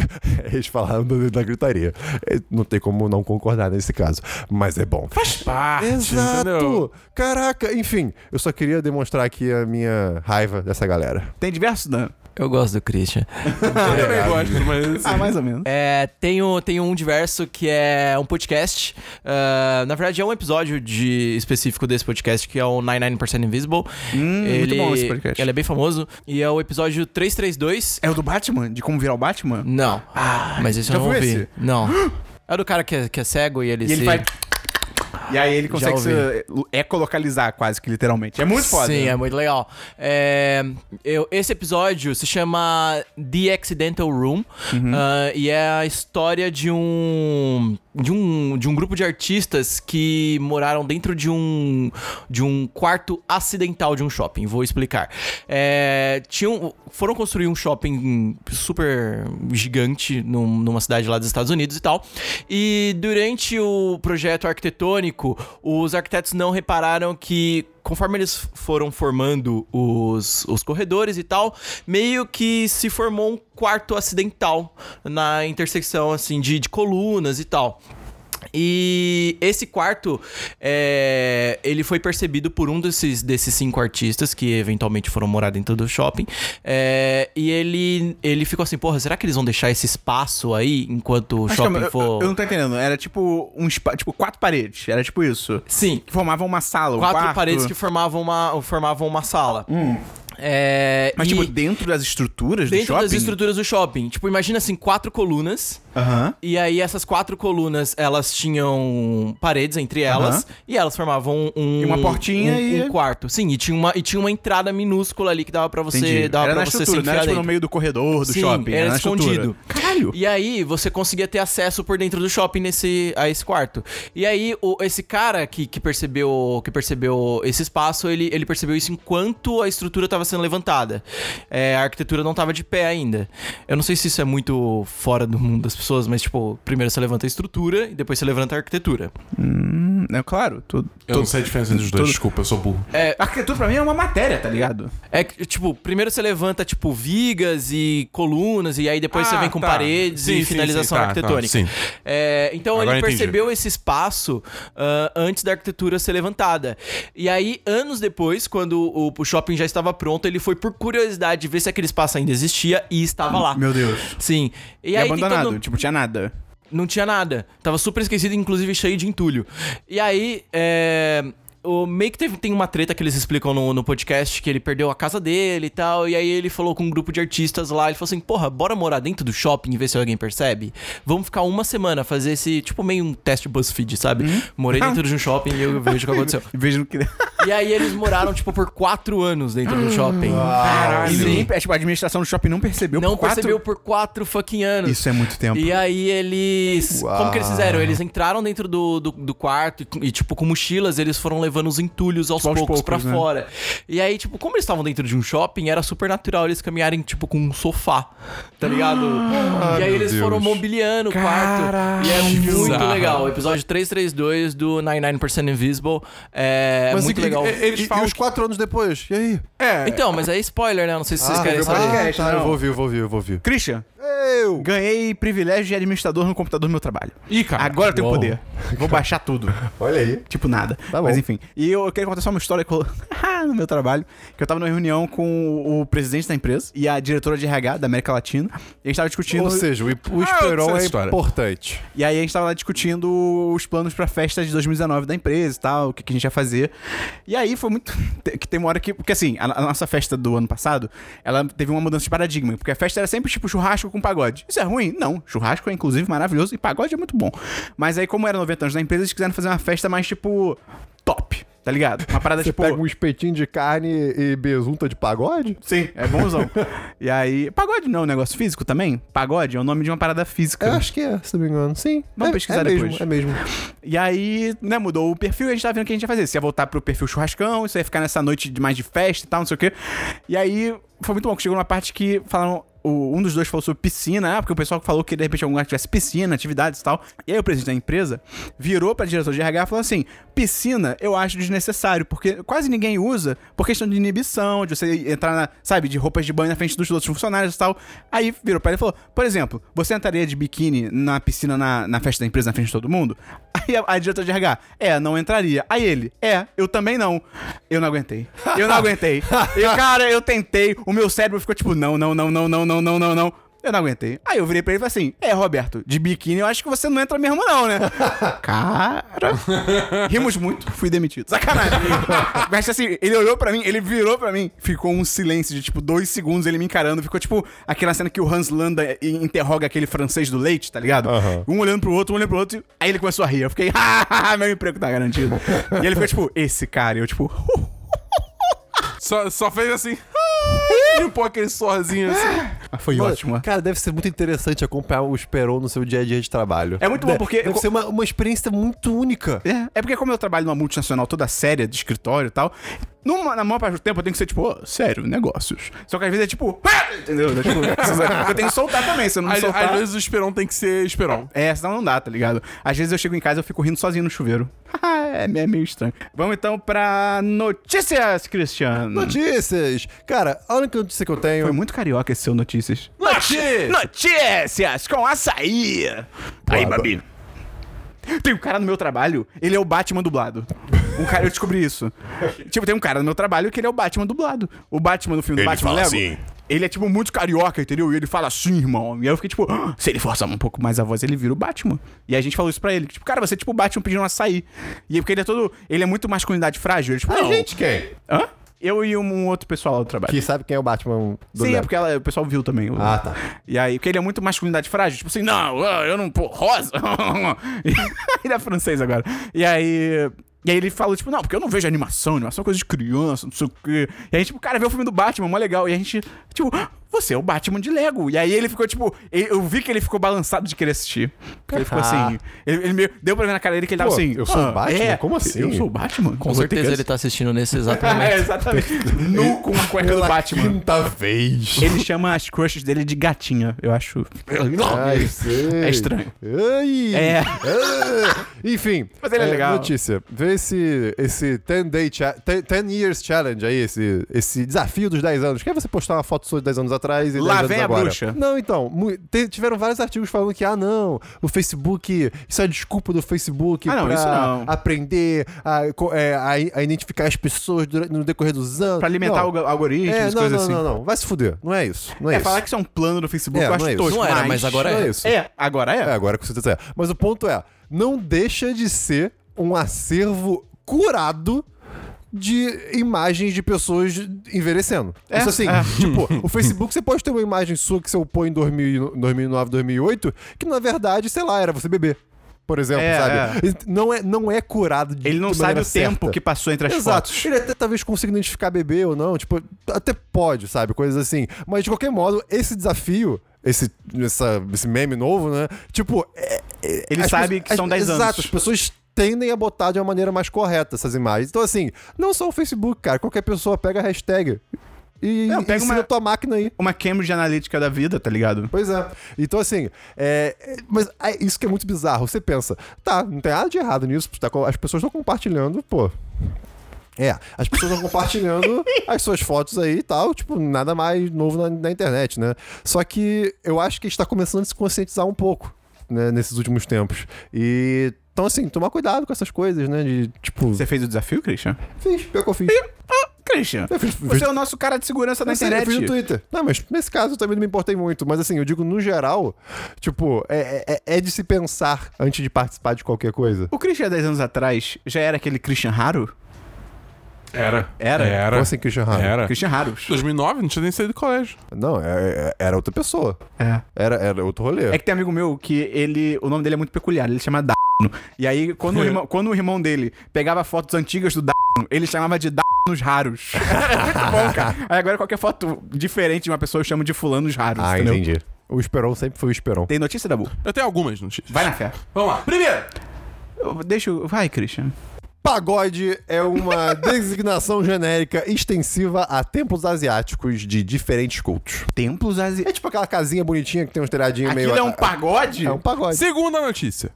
Eles falaram do- da gritaria. É, Não tem como não concordar nesse caso. Mas é bom.
Faz parte,
Exato!
entendeu?
Caraca, enfim, eu só queria demonstrar aqui a minha raiva dessa galera.
Tem diversos né? danos.
Eu gosto do Christian.
Ah, Eu também gosto, mas...
Ah, mais ou menos.
É, tenho, tenho um diverso que é um podcast. ah, na verdade, é um episódio de, específico desse podcast, que é o 99% Invisible.
Hum,
ele,
muito bom esse podcast.
Ele é bem famoso. E é o episódio 332.
É o do Batman? De como virar o Batman?
Não. Ah, mas esse
já
eu não
viu
ouvi.
esse?
Não. É do cara que é, que é cego e ele
E
se...
ele vai. E aí ele consegue
ouvi.
se ecolocalizar quase que literalmente. É muito foda.
Sim, é muito legal. É, eu- esse episódio se chama The Accidental Room
Uhum.
ah, e é a história de um, de um de um grupo de artistas que moraram dentro de um de um quarto acidental de um shopping. Vou explicar. É, tinham, foram construir um shopping super gigante num- numa cidade lá dos Estados Unidos e tal. E durante o projeto arquitetônico, os arquitetos não repararam que conforme eles foram formando os, os corredores e tal, meio que se formou um quarto acidental na intersecção assim de, de colunas e tal. E esse quarto, é, ele foi percebido por um desses, desses cinco artistas que eventualmente foram morar dentro do shopping. é, e ele, ele ficou assim, porra, será que eles vão deixar esse espaço aí enquanto o
Mas
shopping
calma, é eu,
for...
eu não tô entendendo. Era tipo um espa- tipo quatro paredes. Era tipo isso.
Sim,
Que formavam uma sala, um
quatro
quarto.
paredes que formavam uma, formavam uma sala. É,
Mas
e
tipo dentro das estruturas do
dentro
shopping?
das estruturas do shopping. Tipo, imagina assim, quatro colunas.
Aham.
E aí essas quatro colunas, elas tinham paredes entre elas. E elas formavam um...
E uma portinha
um,
e-
Um quarto. Sim, e tinha uma, e tinha uma entrada minúscula ali que dava pra você,
Entendi.
dava
era na
pra você se
estrutura, não
enfiar
era tipo no
dentro.
meio do corredor do
Sim,
shopping. né?
era
na estrutura.
escondido.
Caralho.
E aí você conseguia ter acesso por dentro do shopping nesse, a esse quarto. E aí o- esse cara que, que percebeu que percebeu esse espaço, ele, ele percebeu isso enquanto a estrutura estava sendo levantada. É, a arquitetura não estava de pé ainda. Eu não sei se isso é muito fora do mundo das pessoas, mas tipo, primeiro você levanta a estrutura e depois você levanta a arquitetura.
Hum, é claro. Tudo,
Eu não sei a diferença entre os dois,
Todos-
desculpa, eu sou burro.
É,
Arquitetura pra mim é uma matéria, tá ligado?
é que, tipo, primeiro você levanta tipo vigas e colunas e aí depois você
Ah,
vem com
tá.
paredes
Sim,
e
sim,
finalização
sim, tá,
arquitetônica.
tá, sim.
É, então
Agora
ele
entendi.
percebeu esse espaço ah, antes da arquitetura ser levantada. E aí, anos depois, quando o, o shopping já estava pronto, ele foi por curiosidade ver se aquele espaço ainda existia e estava lá.
Meu Deus.
Sim. E,
E,
aí tem
abandonado,
todo-
tipo, tinha nada.
Não tinha nada. Tava super esquecido, inclusive cheio de entulho. E aí, é. O, meio que teve, tem uma treta que eles explicam no, no podcast que ele perdeu a casa dele e tal. E aí ele falou com um grupo de artistas lá. Ele falou assim: Porra, bora morar dentro do shopping e ver se alguém percebe? Vamos ficar uma semana, fazer esse, tipo, meio um teste BuzzFeed, sabe?
Uhum.
Morei dentro de um shopping e eu vejo o que aconteceu.
Vejo que.
E aí eles moraram, tipo, por quatro anos dentro
Hum.
do shopping.
E
Caralho.
nem- é, tipo, a administração do shopping não percebeu
Não
por quatro-
percebeu por quatro fucking anos.
Isso é muito tempo.
E aí eles.
um Uau.
Como que eles fizeram? Eles entraram dentro do, do, do quarto e, e, tipo, com mochilas, eles foram levando os entulhos aos,
Tipo, aos
poucos, pra
poucos, né?
fora. E aí, tipo, como eles estavam dentro de um shopping, era super natural eles caminharem, tipo, com um sofá, tá ligado? e aí
Ah, meu
eles foram
Deus.
mobiliando o quarto. E é muito legal. O episódio 332 do 99% Invisible. É muito
e-
legal.
e-
Eles
e,
falam
e os
que-
quatro anos depois? E aí?
É.
Então, mas é spoiler, né? Não sei se vocês querem
eu vou-
saber.
podcast,
tá, eu
não.
vou ouvir, eu vou ouvir, eu vou ouvir.
Christian,
Eu!
ganhei privilégio de administrador no computador do meu trabalho.
Ih, cara.
Agora eu tenho
Uou.
poder. Vou baixar tudo.
Olha aí.
Tipo, nada.
Tá bom.
Mas enfim. E eu, eu quero contar só uma história que eu- no meu trabalho. Que eu tava numa reunião com o presidente da empresa e a diretora de RH da América Latina. E a gente tava discutindo.
Ou seja, o, i- o
Ah, eu sei
Esperon
essa
é
história.
importante.
E aí a gente tava lá discutindo os planos pra festa de 2019 da empresa e tal, o que, que a gente ia fazer. E aí foi muito. te- que tem uma hora que. Porque assim, a, a nossa festa do ano passado, ela teve uma mudança de paradigma. Porque a festa era sempre tipo churrasco com pagode. Isso é ruim? Não. Churrasco é inclusive maravilhoso e pagode é muito bom. Mas aí, como era 90 anos da empresa, eles quiseram fazer uma festa mais tipo. top. Tá ligado? Uma parada tipo.
um- espetinho de carne e besunta de pagode?
Sim, é bonzão. e aí. Pagode não é um negócio físico também? Pagode é o nome de uma parada física. né?
Eu acho que é, se não me engano. Sim.
Vamos
é,
pesquisar
é
depois.
Mesmo, é mesmo.
E aí, né, mudou o perfil e a gente tava vendo o que a gente ia fazer. Se ia voltar pro perfil churrascão, se ia ficar nessa noite de mais de festa e tal, não sei o quê. E aí, foi muito bom, que chegou numa parte que falaram. o- um dos dois falou sobre piscina, ah, porque o pessoal falou que de repente algum lugar tivesse piscina, atividades e tal. E aí o presidente da empresa virou pra diretor de RH e falou assim: piscina eu acho desnecessário, porque quase ninguém usa por questão de inibição, de você entrar, na, sabe, de roupas de banho na frente dos outros funcionários e tal. Aí virou pra ele e falou: por exemplo, você entraria de biquíni na piscina na, na festa da empresa na frente de todo mundo? Aí a, a diretora de RH, é, não entraria. Aí ele, é, eu também não. Eu não aguentei. Eu não aguentei. Eu, cara, eu tentei, o meu cérebro ficou tipo, não, não, não, não, não, não, não, não, não. Eu não aguentei. Aí eu virei pra ele e falei assim: É, Roberto, de biquíni eu acho que você não entra mesmo, não, né? Cara. Rimos muito, fui demitido. Sacanagem. Mas assim, ele olhou pra mim, ele virou pra mim, ficou um silêncio de tipo dois segundos, ele me encarando. Ficou tipo aquela cena que o Hans Landa in- interroga aquele francês do leite, tá ligado?
Aham.
Um olhando pro outro, um olhando pro outro. Aí ele começou a rir. Eu fiquei, ah, meu emprego tá garantido. e ele ficou tipo, esse cara. E eu tipo,
Só, só fez assim. Limpou aquele sorzinho assim.
foi
Mano,
ótimo.
Cara, deve ser muito interessante acompanhar o Esperon no seu dia a dia de trabalho.
É muito bom,
De-
porque-
Deve ser uma, uma experiência muito única.
É, é porque como eu trabalho numa multinacional toda séria, de escritório e tal, numa, na maior parte do tempo eu tenho que ser, tipo, "Ô, sério, negócios. Só que às vezes é tipo, "Ah!" entendeu? É, tipo, eu tenho que soltar também, se eu não
Às,
soltar...
às vezes o esperão tem que ser esperão.
É, senão não dá, tá ligado? Às vezes eu chego em casa e eu fico rindo sozinho no chuveiro. é, é meio estranho. Vamos então pra notícias, Cristiano.
Notícias! Cara, a única notícia que eu tenho. é
Foi muito carioca esse seu notícias.
Notícias!
Notícias com açaí! Aí, Babi. Tem um cara no meu trabalho, ele é o Batman dublado. Um cara, eu descobri isso. tipo, tem um cara no meu trabalho que ele é o Batman dublado. O Batman no filme do
Ele
Batman
fala
Lego.
assim.
Ele é, tipo, muito carioca, entendeu? E ele fala assim, irmão. E aí eu fiquei, tipo, "Ah, se ele forçar um pouco mais a voz, ele vira o Batman. E a gente falou isso pra ele. que, Tipo, cara, você é tipo o Batman pedindo um açaí. E aí, porque ele é todo... Ele é muito masculinidade frágil. Ele, tipo, não.
quem?
Hã? Eu e um, um outro pessoal lá do trabalho.
Que sabe quem é o Batman do
Sim, é
Lego.
porque ela- o pessoal viu também. o-
Ah, tá.
E aí, porque ele é muito masculinidade frágil, tipo assim, não, eu eu não, pô, rosa. E- ele é francês agora. E aí. E aí ele falou, tipo, não, porque eu não vejo animação, animação é coisa de criança, não sei o quê. E aí, tipo, cara, vê o filme do Batman, mó legal. E a gente, tipo, você é o Batman de Lego. E aí ele ficou, tipo, e- eu vi que ele ficou balançado de querer assistir. Porque ele ficou assim. Ele, ele meio- deu pra ver na cara dele que ele tava
Ah. Pô,
assim.
eu sou o Batman? Como assim?"
Eu sou o Batman?
Com certeza ele tá assistindo nesse exato momento.
É, exatamente. nu com a cueca do
Pela
Batman.
Quinta vez.
Ele chama as crushes dele de gatinha, eu acho.
Ai, sei.
É estranho.
Ai.
É.
Ah. Enfim.
Mas ele é legal.
Notícia. Vê esse, esse 10 day cha- 10 10 years challenge aí, esse, esse desafio dos 10 anos. Quer você postar uma foto sua de 10 anos atrás e
Lá
10 anos
vem a
agora.
bruxa.
Não, então, mu- te- tiveram vários artigos falando que, ah, não, o Facebook, isso é desculpa do Facebook
Ah, não,
pra
isso não.
aprender a, co- é, a i- a identificar as pessoas durante- no decorrer dos anos.
Pra alimentar
não.
o algoritmo,
É,
essas
não, não,
coisas assim.
não, não, vai se fuder, não é isso, não é,
É,
isso.
falar que isso é um plano do Facebook,
É,
eu acho
não é isso.
tosco.
Não era, mas agora
não
é.
é isso.
É, agora é.
É, agora com certeza é. Mas o ponto é, não deixa de ser um acervo curado de imagens de pessoas envelhecendo.
É,
Isso assim,
é.
tipo, o Facebook você pode ter uma imagem sua que você upou em 2000 2009, 2008, que na verdade, sei lá, era você bebê. Por exemplo,
É,
sabe? Não, é, não é curado de
Ele não
de
sabe
maneira
o tempo
certa.
que passou entre as
é Exato.
fotos.
Ele até talvez consiga identificar bebê ou não, tipo, até pode, sabe? Coisas assim. Mas de qualquer modo, esse desafio, esse, essa- esse meme novo, né? Tipo, é- é-
Ele
as
sabe
pessoas-
que são
as-
10 anos.
Exato, as pessoas tendem a botar de uma maneira mais correta essas imagens. Então, assim, não só o Facebook, cara. Qualquer pessoa pega a hashtag e
Não, pega
pega ensina
uma-
a tua máquina aí.
Uma Cambridge Analytica da vida, tá ligado?
Pois é. Então, assim, é, é- mas é isso que é muito bizarro. Você pensa, tá, não tem nada de errado nisso, tá co- as pessoas estão compartilhando, pô. É, as pessoas estão compartilhando as suas fotos aí e tal, tipo, nada mais novo na, na internet, né? Só que eu acho que a gente tá começando a se conscientizar um pouco, né, nesses últimos tempos. E. Então, assim, tomar cuidado com essas coisas, né? De, tipo.
Você fez o desafio, Christian?
Fiz, pior que eu fiz.
Christian,
Eu fiz-
você é o nosso cara de segurança da
assim, Eu sei, eu fiz no
internet.
Twitter. Não, mas nesse caso eu também não me importei muito. Mas assim, eu digo no geral, tipo, é, é- é de se pensar antes de participar de qualquer coisa.
O Christian, há 10 anos atrás, já era aquele Christian raro?
Era.
Era?
Era.
Como assim, Christian Hahn?
É.
Era.
Christian raro.
2009, não tinha nem saído do colégio.
Não, é- é- era outra pessoa.
É.
Era, era outro rolê.
É que tem um amigo meu que ele. O nome dele é muito peculiar, ele chama Dano. E aí, quando o, irmão, quando o irmão dele pegava fotos antigas do Dano, ele chamava de Danos raros. muito bom, cara. Aí agora qualquer foto diferente de uma pessoa eu chamo de fulanos raros.
ah,
entendeu?
entendi. O Esperon sempre foi o Esperon.
Tem notícia da Bu?
Eu tenho algumas notícias.
Vai na fé.
Vamos lá. Primeiro,
Eu- Deixa eu. Vai, Christian.
Pagode é uma designação genérica extensiva a templos asiáticos de diferentes cultos.
Templos asiáticos.
É tipo aquela casinha bonitinha que tem uns telhadinhos meio.
Aquilo é um pagode?
É um pagode.
segunda notícia.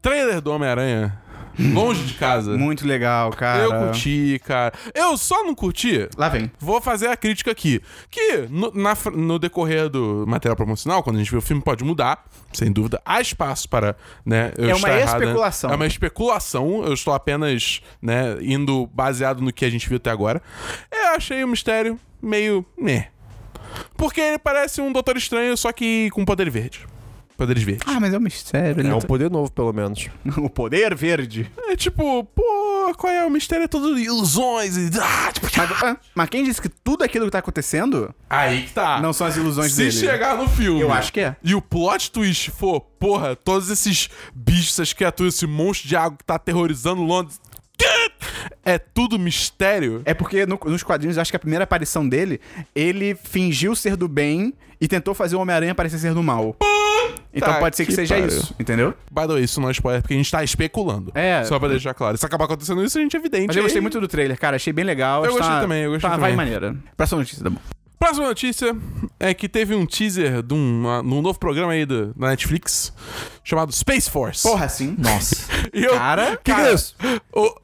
Trailer do Homem-Aranha. Longe de casa.
Muito legal, cara.
Eu curti, cara. Eu só não curti.
Lá vem.
Vou fazer a crítica aqui. Que no, na fr- no decorrer do material promocional, quando a gente vê o filme, pode mudar, sem dúvida. Há espaço para, né? eu
É uma
estar errado, né?
especulação.
É uma especulação. Eu estou apenas, né, indo baseado no que a gente viu até agora. Eu achei o mistério meio. meh. Porque ele parece um Doutor Estranho, só que com poder verde. Poderes verdes.
Ah, mas é um mistério.
É
né?
um poder novo, pelo menos.
É O poder verde.
É tipo, pô, qual é? O mistério é todo ilusões e. Ah, tipo,
Mas, ah, mas quem disse que tudo aquilo que tá acontecendo
Aí que tá.
não são as ilusões
Se
dele? né?
chegar no filme.
Eu acho que é.
E o plot twist for, porra, todos esses bichos, essas criaturas, esse monstro de água que tá aterrorizando Londres. É tudo mistério.
É porque no- nos quadrinhos, eu acho que a primeira aparição dele, ele fingiu ser do bem e tentou fazer o Homem-Aranha parecer ser do mal. Então
Tá
pode ser que,
que
seja
pariu.
isso, entendeu?
By the way, isso não é spoiler, porque a gente tá especulando.
É.
Só pra deixar claro. Se acabar acontecendo isso, a gente é evidente.
Mas eu gostei
Aí-
muito do trailer, cara. Achei bem legal.
Eu
acho que
gostei
tá-
também, eu gostei
tá, Vai
também.
maneira. Próxima notícia, tá bom.
Próxima notícia é que teve um teaser de um, uma- num novo programa aí do- da Netflix chamado Space Force.
Porra, sim.
Nossa.
E eu,
Cara,
Que que é isso?
o-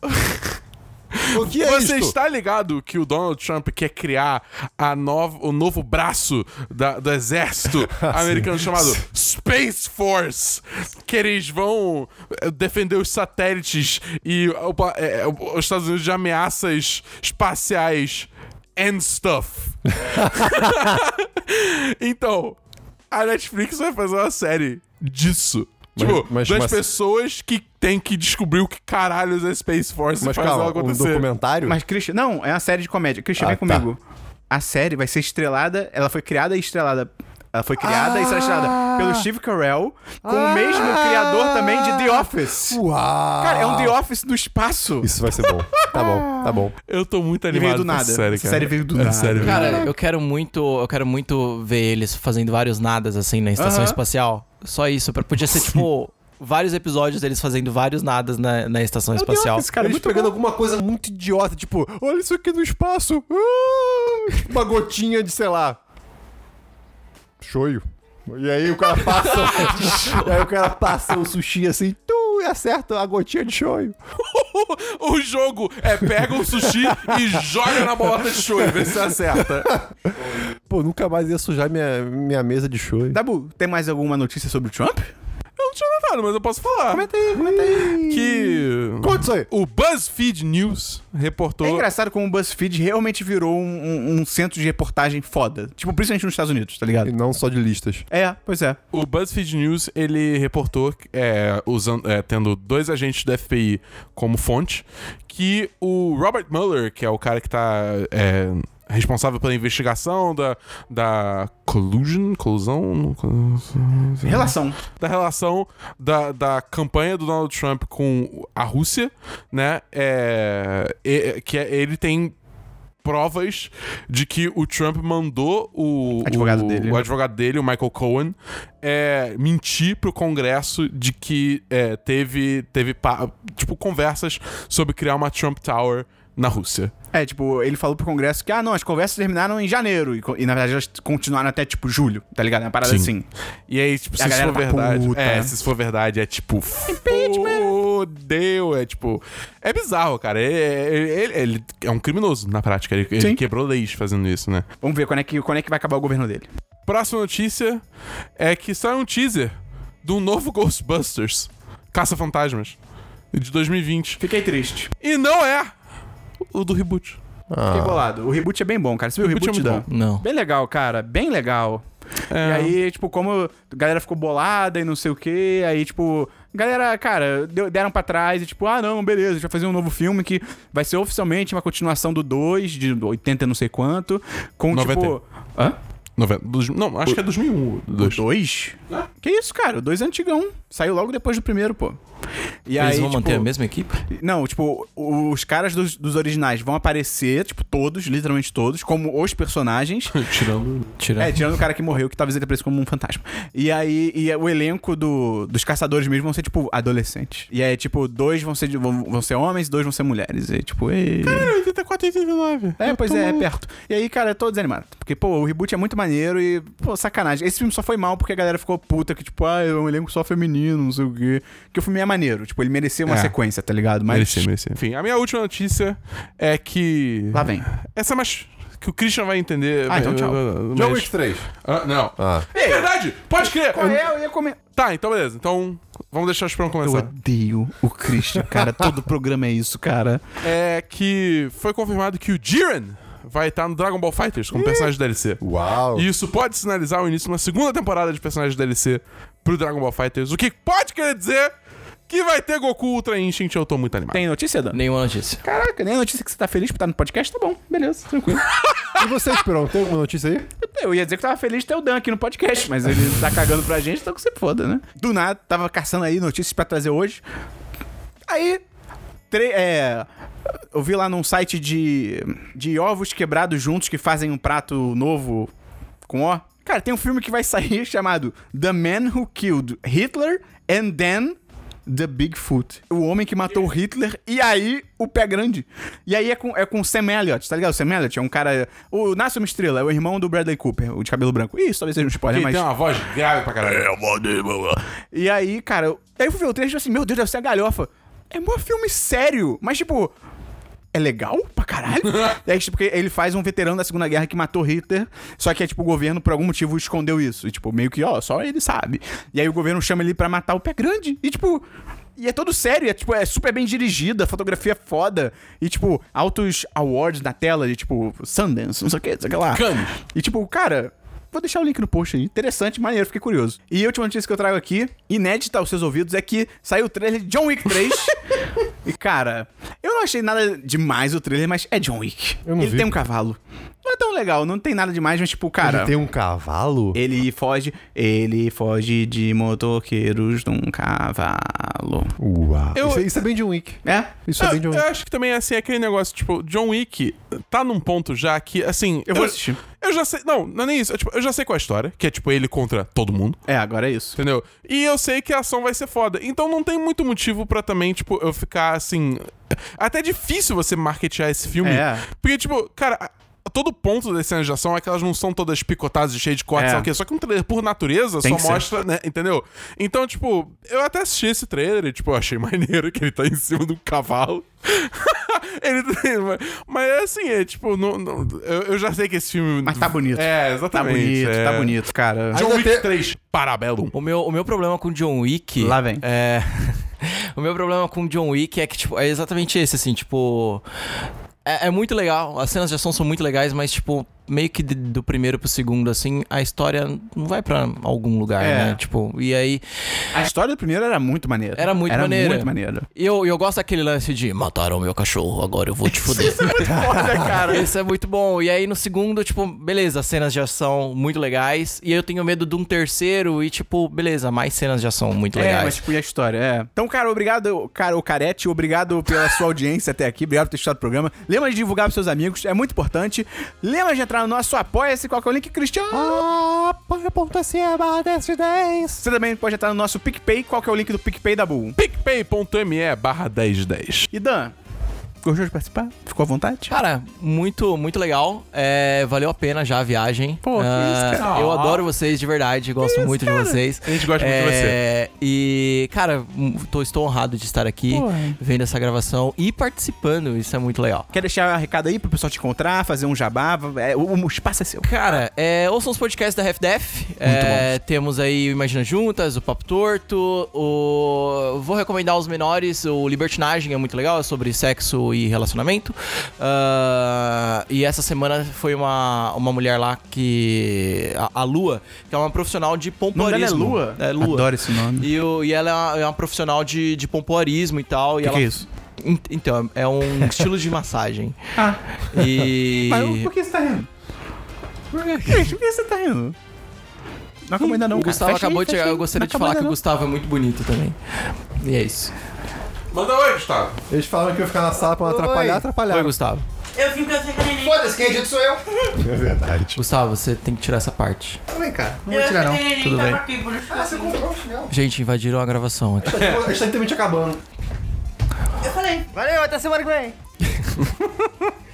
O que é
Você
isto?
está ligado que o Donald Trump quer criar a nova, o novo braço da- do exército
Ah,
americano chamado Space Force? Que eles vão eh, defender os satélites e o pa- eh, o- os Estados Unidos de ameaças espaciais and stuff. então, a Netflix vai fazer uma série disso.
Mas-
Tipo,
mas-
das
mas-
pessoas que têm que descobrir o que caralhos é Space Force
Mas
e fazer ela
calma, um
acontecer.
documentário?
Mas, Christian, não, é uma série de comédia. Christian,
Ah,
vem
tá.
comigo. A série vai ser estrelada, ela foi criada e estrelada. Ela foi criada e será
Ah!
estrelada pelo Steve Carell, com o mesmo
Ah!
criador também de The Office.
Uau!
Cara, é
Ah.
um The Office do espaço.
Isso vai ser bom. Tá bom, tá bom.
Eu tô muito animado
veio do
com essa
nada.
série,
Essa
cara.
série veio do
Essa
nada.
série veio do
Cara, eu quero muito. Eu quero muito ver eles fazendo vários nadas assim na estação
Aham.
espacial. Só isso. Pra, podia ser, tipo, vários episódios deles fazendo vários nadas na, na estação espacial.
Office, cara, é
Eles
muito
pegando
bom.
alguma coisa muito idiota, tipo, olha isso aqui no espaço. Ah! Tipo, Uma gotinha de, sei lá. Shoyu. E aí o cara passa. e aí o cara passa o sushi assim, tu, e acerta a gotinha de shoyu.
o jogo é pega um sushi e joga na bolota de show e vê
Tá
se é assim. acerta.
Pô, nunca mais ia sujar minha, minha mesa de show.
Dabu, tem mais alguma notícia sobre o Trump?
Eu não tinha notado, mas eu posso falar.
Comenta aí, comenta aí.
Que
Conta isso aí.
o BuzzFeed News reportou...
É engraçado como o BuzzFeed realmente virou um, um- um centro de reportagem foda. Tipo, principalmente nos Estados Unidos, tá
E
ligado?
não só de listas.
É, pois é.
O BuzzFeed News, ele reportou, é, usando, é, tendo dois agentes do FBI como fonte, que o Robert Mueller, que é o cara que tá é, responsável pela investigação da, da collusion, colusão,
Relação.
da relação da, da campanha do Donald Trump com a Rússia, né, é, e- que é- ele tem provas de que o Trump mandou o
Advogado
o-
dele.
o advogado dele, o Michael Cohen, é, mentir pro Congresso de que é, teve, teve pa- tipo, conversas sobre criar uma Trump Tower na Rússia.
É, tipo, ele falou pro Congresso que, ah, não, as conversas terminaram em janeiro. E, co- e, na verdade elas continuaram até, tipo, julho, tá ligado? É uma parada
Sim.
assim.
E aí, tipo, se
a
isso for
galera tá
verdade.
puta,
é,
né?
se isso for verdade, é tipo. Fodeu! É tipo. É bizarro, cara. Ele, ele- ele- ele é um criminoso na prática. Ele, ele
Sim.
quebrou leis fazendo isso, né?
Vamos ver quando é, que, quando é que vai acabar o governo dele.
Próxima notícia é que sai um teaser do novo Ghostbusters Caça-Fantasmas de 2020.
Fiquei triste.
E não é o do reboot.
Fiquei bolado. O reboot é bem bom, cara. Você viu o
Ah. O
reboot,
reboot é muito
Dan?
bom.
Não.
Bem legal, cara. Bem legal. E
É.
aí, tipo, como a galera ficou bolada e não sei o que, aí, tipo, a galera, cara, deu- deram pra trás e, tipo, ah, não, beleza, a gente vai fazer um novo filme que vai ser oficialmente uma continuação do 2, de 80 e não sei quanto, com,
91.
tipo... Hã?
90, dos- não, acho que é 2001. Dois.
2? Que isso, cara, o 2 é antigão. Saiu logo depois do primeiro, pô. E
Eles
aí,
vão
tipo,
manter a mesma equipe?
Não, tipo, os caras dos, dos originais vão aparecer, tipo, todos, literalmente todos, como os personagens.
Tirando.
Tirando.
É, tirando o cara que morreu, que talvez ele apareça como um fantasma. E aí, e é, o elenco do- dos caçadores mesmo vão ser, tipo, adolescentes. E aí, tipo, dois vão ser, de- vão, vão ser homens, dois vão ser mulheres. E aí, tipo, e...
84 89.
É, pois é, é perto. E aí, cara, eu tô desanimado. Porque, pô, o reboot é muito maneiro e, pô, sacanagem. Esse filme só foi mal porque a galera ficou puta, que, tipo, ah, é um elenco só feminino, não sei o quê. Que o filme é maneiro, tipo, ele merecia uma
É.
sequência, tá ligado? Mas.
Merecia, merecia. Enfim, a minha última notícia é que.
Lá vem.
Essa é mais. Que o Christian vai entender.
Ah, então tchau.
Mas-
John Wick 3.
Ah, não.
Ah.
É verdade! Pode crer!
Eu ia comer.
Tá, então beleza. Então, vamos deixar o Esperão
Eu
começar.
odeio o Christian, cara. Todo programa é isso, cara.
É que foi confirmado que o Jiren vai estar no Dragon Ball Fighters como personagem DLC.
Uau.
E isso pode sinalizar o início de uma segunda temporada de personagens DLC pro Dragon Ball Fighters, o que pode querer dizer que vai ter Goku Ultra Instinct. Eu tô muito animado.
Tem notícia, Dan?
Nenhuma notícia.
Caraca, nem a notícia que você tá feliz por estar no podcast, tá bom. Beleza, tranquilo.
E você, Esperão, tem alguma notícia aí?
Eu ia dizer que eu tava feliz de ter o Dan aqui no podcast, mas ele tá cagando pra gente, então que você foda, né? Do nada, tava caçando aí notícias pra trazer hoje. Aí, tre- é, eu vi lá num site de, de ovos quebrados juntos que fazem um prato novo com ó. Cara, tem um filme que vai sair chamado The Man Who Killed Hitler and Then The Bigfoot. O homem que matou Hitler e aí o pé grande. E aí é com, é com o Sam Elliott, tá ligado? O Sam Elliott é um cara. O Nasce uma Estrela é o irmão do Bradley Cooper, o de cabelo branco. Isso talvez seja um spoiler,
Ele
mas.
tem uma voz grave pra
É,
caralho.
E aí, cara, eu- aí eu fui ver o trecho e falei assim, meu Deus, deve ser a galhofa. É um filme sério, mas tipo, é legal pra caralho? e aí, tipo, porque ele faz um veterano da Segunda Guerra que matou Hitler, só que é tipo, o governo, por algum motivo, escondeu isso. E tipo, meio que, ó, só ele sabe. E aí o governo chama ele pra matar o pé grande. E tipo. E é todo sério, é, tipo, é super bem dirigida, fotografia foda. E, tipo, altos awards na tela de, tipo, Sundance, não sei o que, não sei o que lá.
Cannes.
E tipo, cara, vou deixar o link no post aí. Interessante, maneiro, fiquei curioso. E a última notícia que eu trago aqui, inédita aos seus ouvidos, é que saiu o trailer de John Wick 3. e cara, eu não achei nada demais o trailer, mas é John Wick.
Eu não
Ele
vi.
tem um cavalo. Não é tão legal, não tem nada demais, mas tipo, cara.
Ele tem um cavalo?
Ele foge, ele foge de motoqueiros num cavalo.
Uau.
Eu-
Isso, é- isso é bem John Wick.
É?
Isso é bem John
Eu,
Wick.
eu acho que também, assim, é aquele negócio, tipo, John Wick tá num ponto já que, assim...
Eu vou assistir.
Eu já sei... Não, não é nem isso. Eu, tipo, eu já sei qual é a história, que é, tipo, ele contra todo mundo,
É, agora é isso.
entendeu? E eu sei que a ação vai ser foda. Então não tem muito motivo pra também, tipo, é eu ficar, assim... Até difícil você marketear esse filme.
É.
Porque, tipo, cara... a- Todo o ponto das cenas de ação é que elas não são todas picotadas e cheias de cortes,
É.
sabe o quê? Só que um trailer, por natureza,
Tem que
só
ser.
mostra, né? Entendeu? Então, tipo, eu até assisti esse trailer e, tipo, eu achei maneiro que ele tá em cima de um cavalo. ele tem, mas- mas assim, é tipo, não, não- eu, eu já sei que esse filme.
Mas tá bonito.
É,
Tá
exatamente.
bonito,
é.
tá bonito, cara.
John
Ainda
Wick
tem-
3, Parabellum.
O meu, o meu problema com John Wick.
Lá vem.
É. o meu problema com John Wick é que, tipo, é exatamente esse, assim, tipo. É, é muito legal, as cenas de ação são muito legais, mas, tipo, meio que de- do primeiro pro segundo, assim, a história não vai pra algum lugar,
É.
né? Tipo, e aí.
A história do primeiro era muito maneira.
Era muito maneira.
muito maneiro.
E eu, eu gosto daquele lance de mataram meu cachorro, agora eu vou te fuder. Isso é muito foda, cara. Isso é muito bom. E aí no segundo, tipo, beleza, cenas de ação muito legais. E aí eu tenho medo de um terceiro e, tipo, beleza, mais cenas de ação muito
É,
legais.
mas tipo, e a história? É. Então, cara, obrigado, cara, o Carete, obrigado pela sua audiência até aqui, obrigado por ter estado o programa. Lembra de divulgar pros seus amigos, é muito importante. Lembra de entrar no nosso Apoia-se, qual que é o link, Cristiano?
Apoia.se barra 1010.
Você também pode entrar no nosso PicPay, qual que é o link do PicPay da Bull?
picpay.me barra 1010.
E Dan, gostou de participar? Ficou à vontade?
Cara, muito, muito legal. É, valeu a pena já a viagem.
Pô, que
Ah,
isso, cara.
Eu adoro vocês de verdade, gosto muito de vocês.
A gente gosta muito de
É, E, cara, m- tô, estou honrado de estar aqui, vendo essa gravação e participando. Isso é muito legal.
Quer deixar um recado aí pro pessoal te encontrar, fazer um jabá? É, o, o espaço é seu.
Cara, é, ouçam os podcasts da Half-Def. É, temos aí o Imagina Juntas, o Papo Torto, o... Vou recomendar os menores, o Libertinagem é muito legal, é sobre sexo e relacionamento. Ah, e essa semana foi uma, uma mulher lá que... A, a Lua, que é uma profissional de
O nome
pompoarismo.
dela é Lua?
É Lua.
Adoro esse nome.
E, o- e ela é uma, é uma profissional de, de pompoarismo e tal.
O
e
que,
ela,
que é isso?
Ent- Então, é um estilo de massagem.
Ah.
E...
Mas por que você tá rindo? Gente, por que você tá rindo? Não acabou ainda não,
o
cara.
Gustavo
Fecha aí,
acabou de
fecha
chegar.
aí. né?
Eu gostaria
Não
de
acabou
falar que
ainda
o
não.
Gustavo é muito bonito também. E é isso.
Manda oi, Gustavo.
Eles falaram que eu ia ficar na sala pra não atrapalhar, atrapalhar.
Oi, Gustavo.
Eu vim com essa canelinha.
Foda-se, quem edita sou eu.
É verdade.
Gustavo, você tem que tirar essa parte.
Vem cá, não
Eu
vou tirar não.
essa canelinha
Tudo
tava
bem.
aqui, por isso.
Ah, você comprou o chinelo.
Gente, invadiram a gravação aqui.
A gente tá literalmente acabando.
Eu falei.
Valeu, até semana que vem.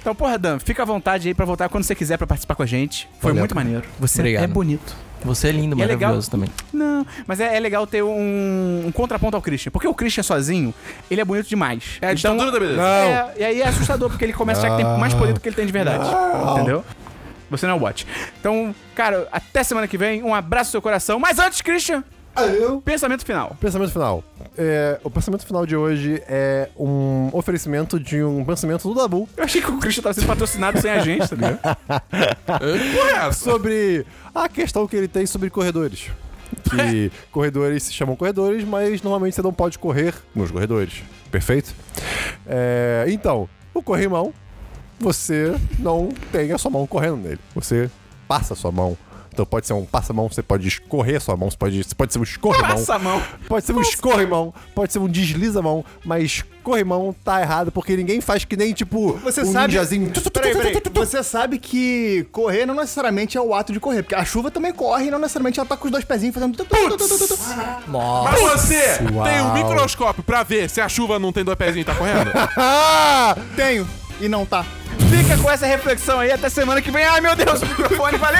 Então, porra, Dan, fica à vontade aí pra voltar quando você quiser pra participar com a gente. Foi
Valeu.
muito maneiro. Você
Obrigado.
é bonito.
Você é lindo,
E é legal-
maravilhoso também.
Não, mas é, é legal ter um, um contraponto ao Christian. Porque o Christian sozinho, ele é bonito demais. Então,
É a ditadura da beleza.
É, e aí é assustador, porque ele começa a achar que tem mais poder do que ele tem de verdade. Entendeu? Você não é o bot. Então, cara, até semana que vem. Um abraço no seu coração. Mas antes, Christian,
Eu.
pensamento final.
Pensamento final. É, o pensamento final de hoje é um oferecimento de um pensamento do Dabu
Eu achei que o Christian tava sendo patrocinado sem a gente, tá ligado?
Que porra é essa?
sobre a questão que ele tem sobre corredores. Que corredores se chamam corredores, mas normalmente você não pode correr nos corredores. Perfeito? É, então, o corrimão, você não tem a sua mão correndo nele. Você passa a sua mão. Então pode ser um passa-mão, você pode escorrer a sua mão, você pode, você pode ser um escorrimão.
Passa a mão.
Pode ser um escorrimão, pode ser um desliza-mão, mas corrimão tá errado porque ninguém faz que nem tipo
Você
um
sabe.
ninjazinho.
Peraí, peraí. Você sabe que correr não necessariamente é o ato de correr, porque a chuva também corre e não necessariamente ela tá com os dois pezinhos fazendo. tu, tu, tu, tu, tu, tu, tu.
Nossa.
Mas você tem um
Uau.
microscópio pra ver se a chuva não tem dois pezinhos e tá correndo?
Ah!
Tenho. E não tá.
Fica com essa reflexão aí. Até semana que vem. Ai, meu Deus, o microfone. Valeu!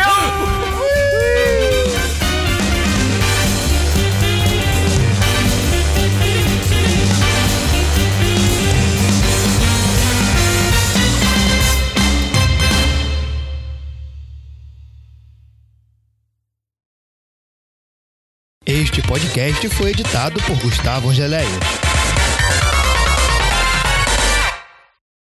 Este podcast foi editado por Gustavo Angeléia.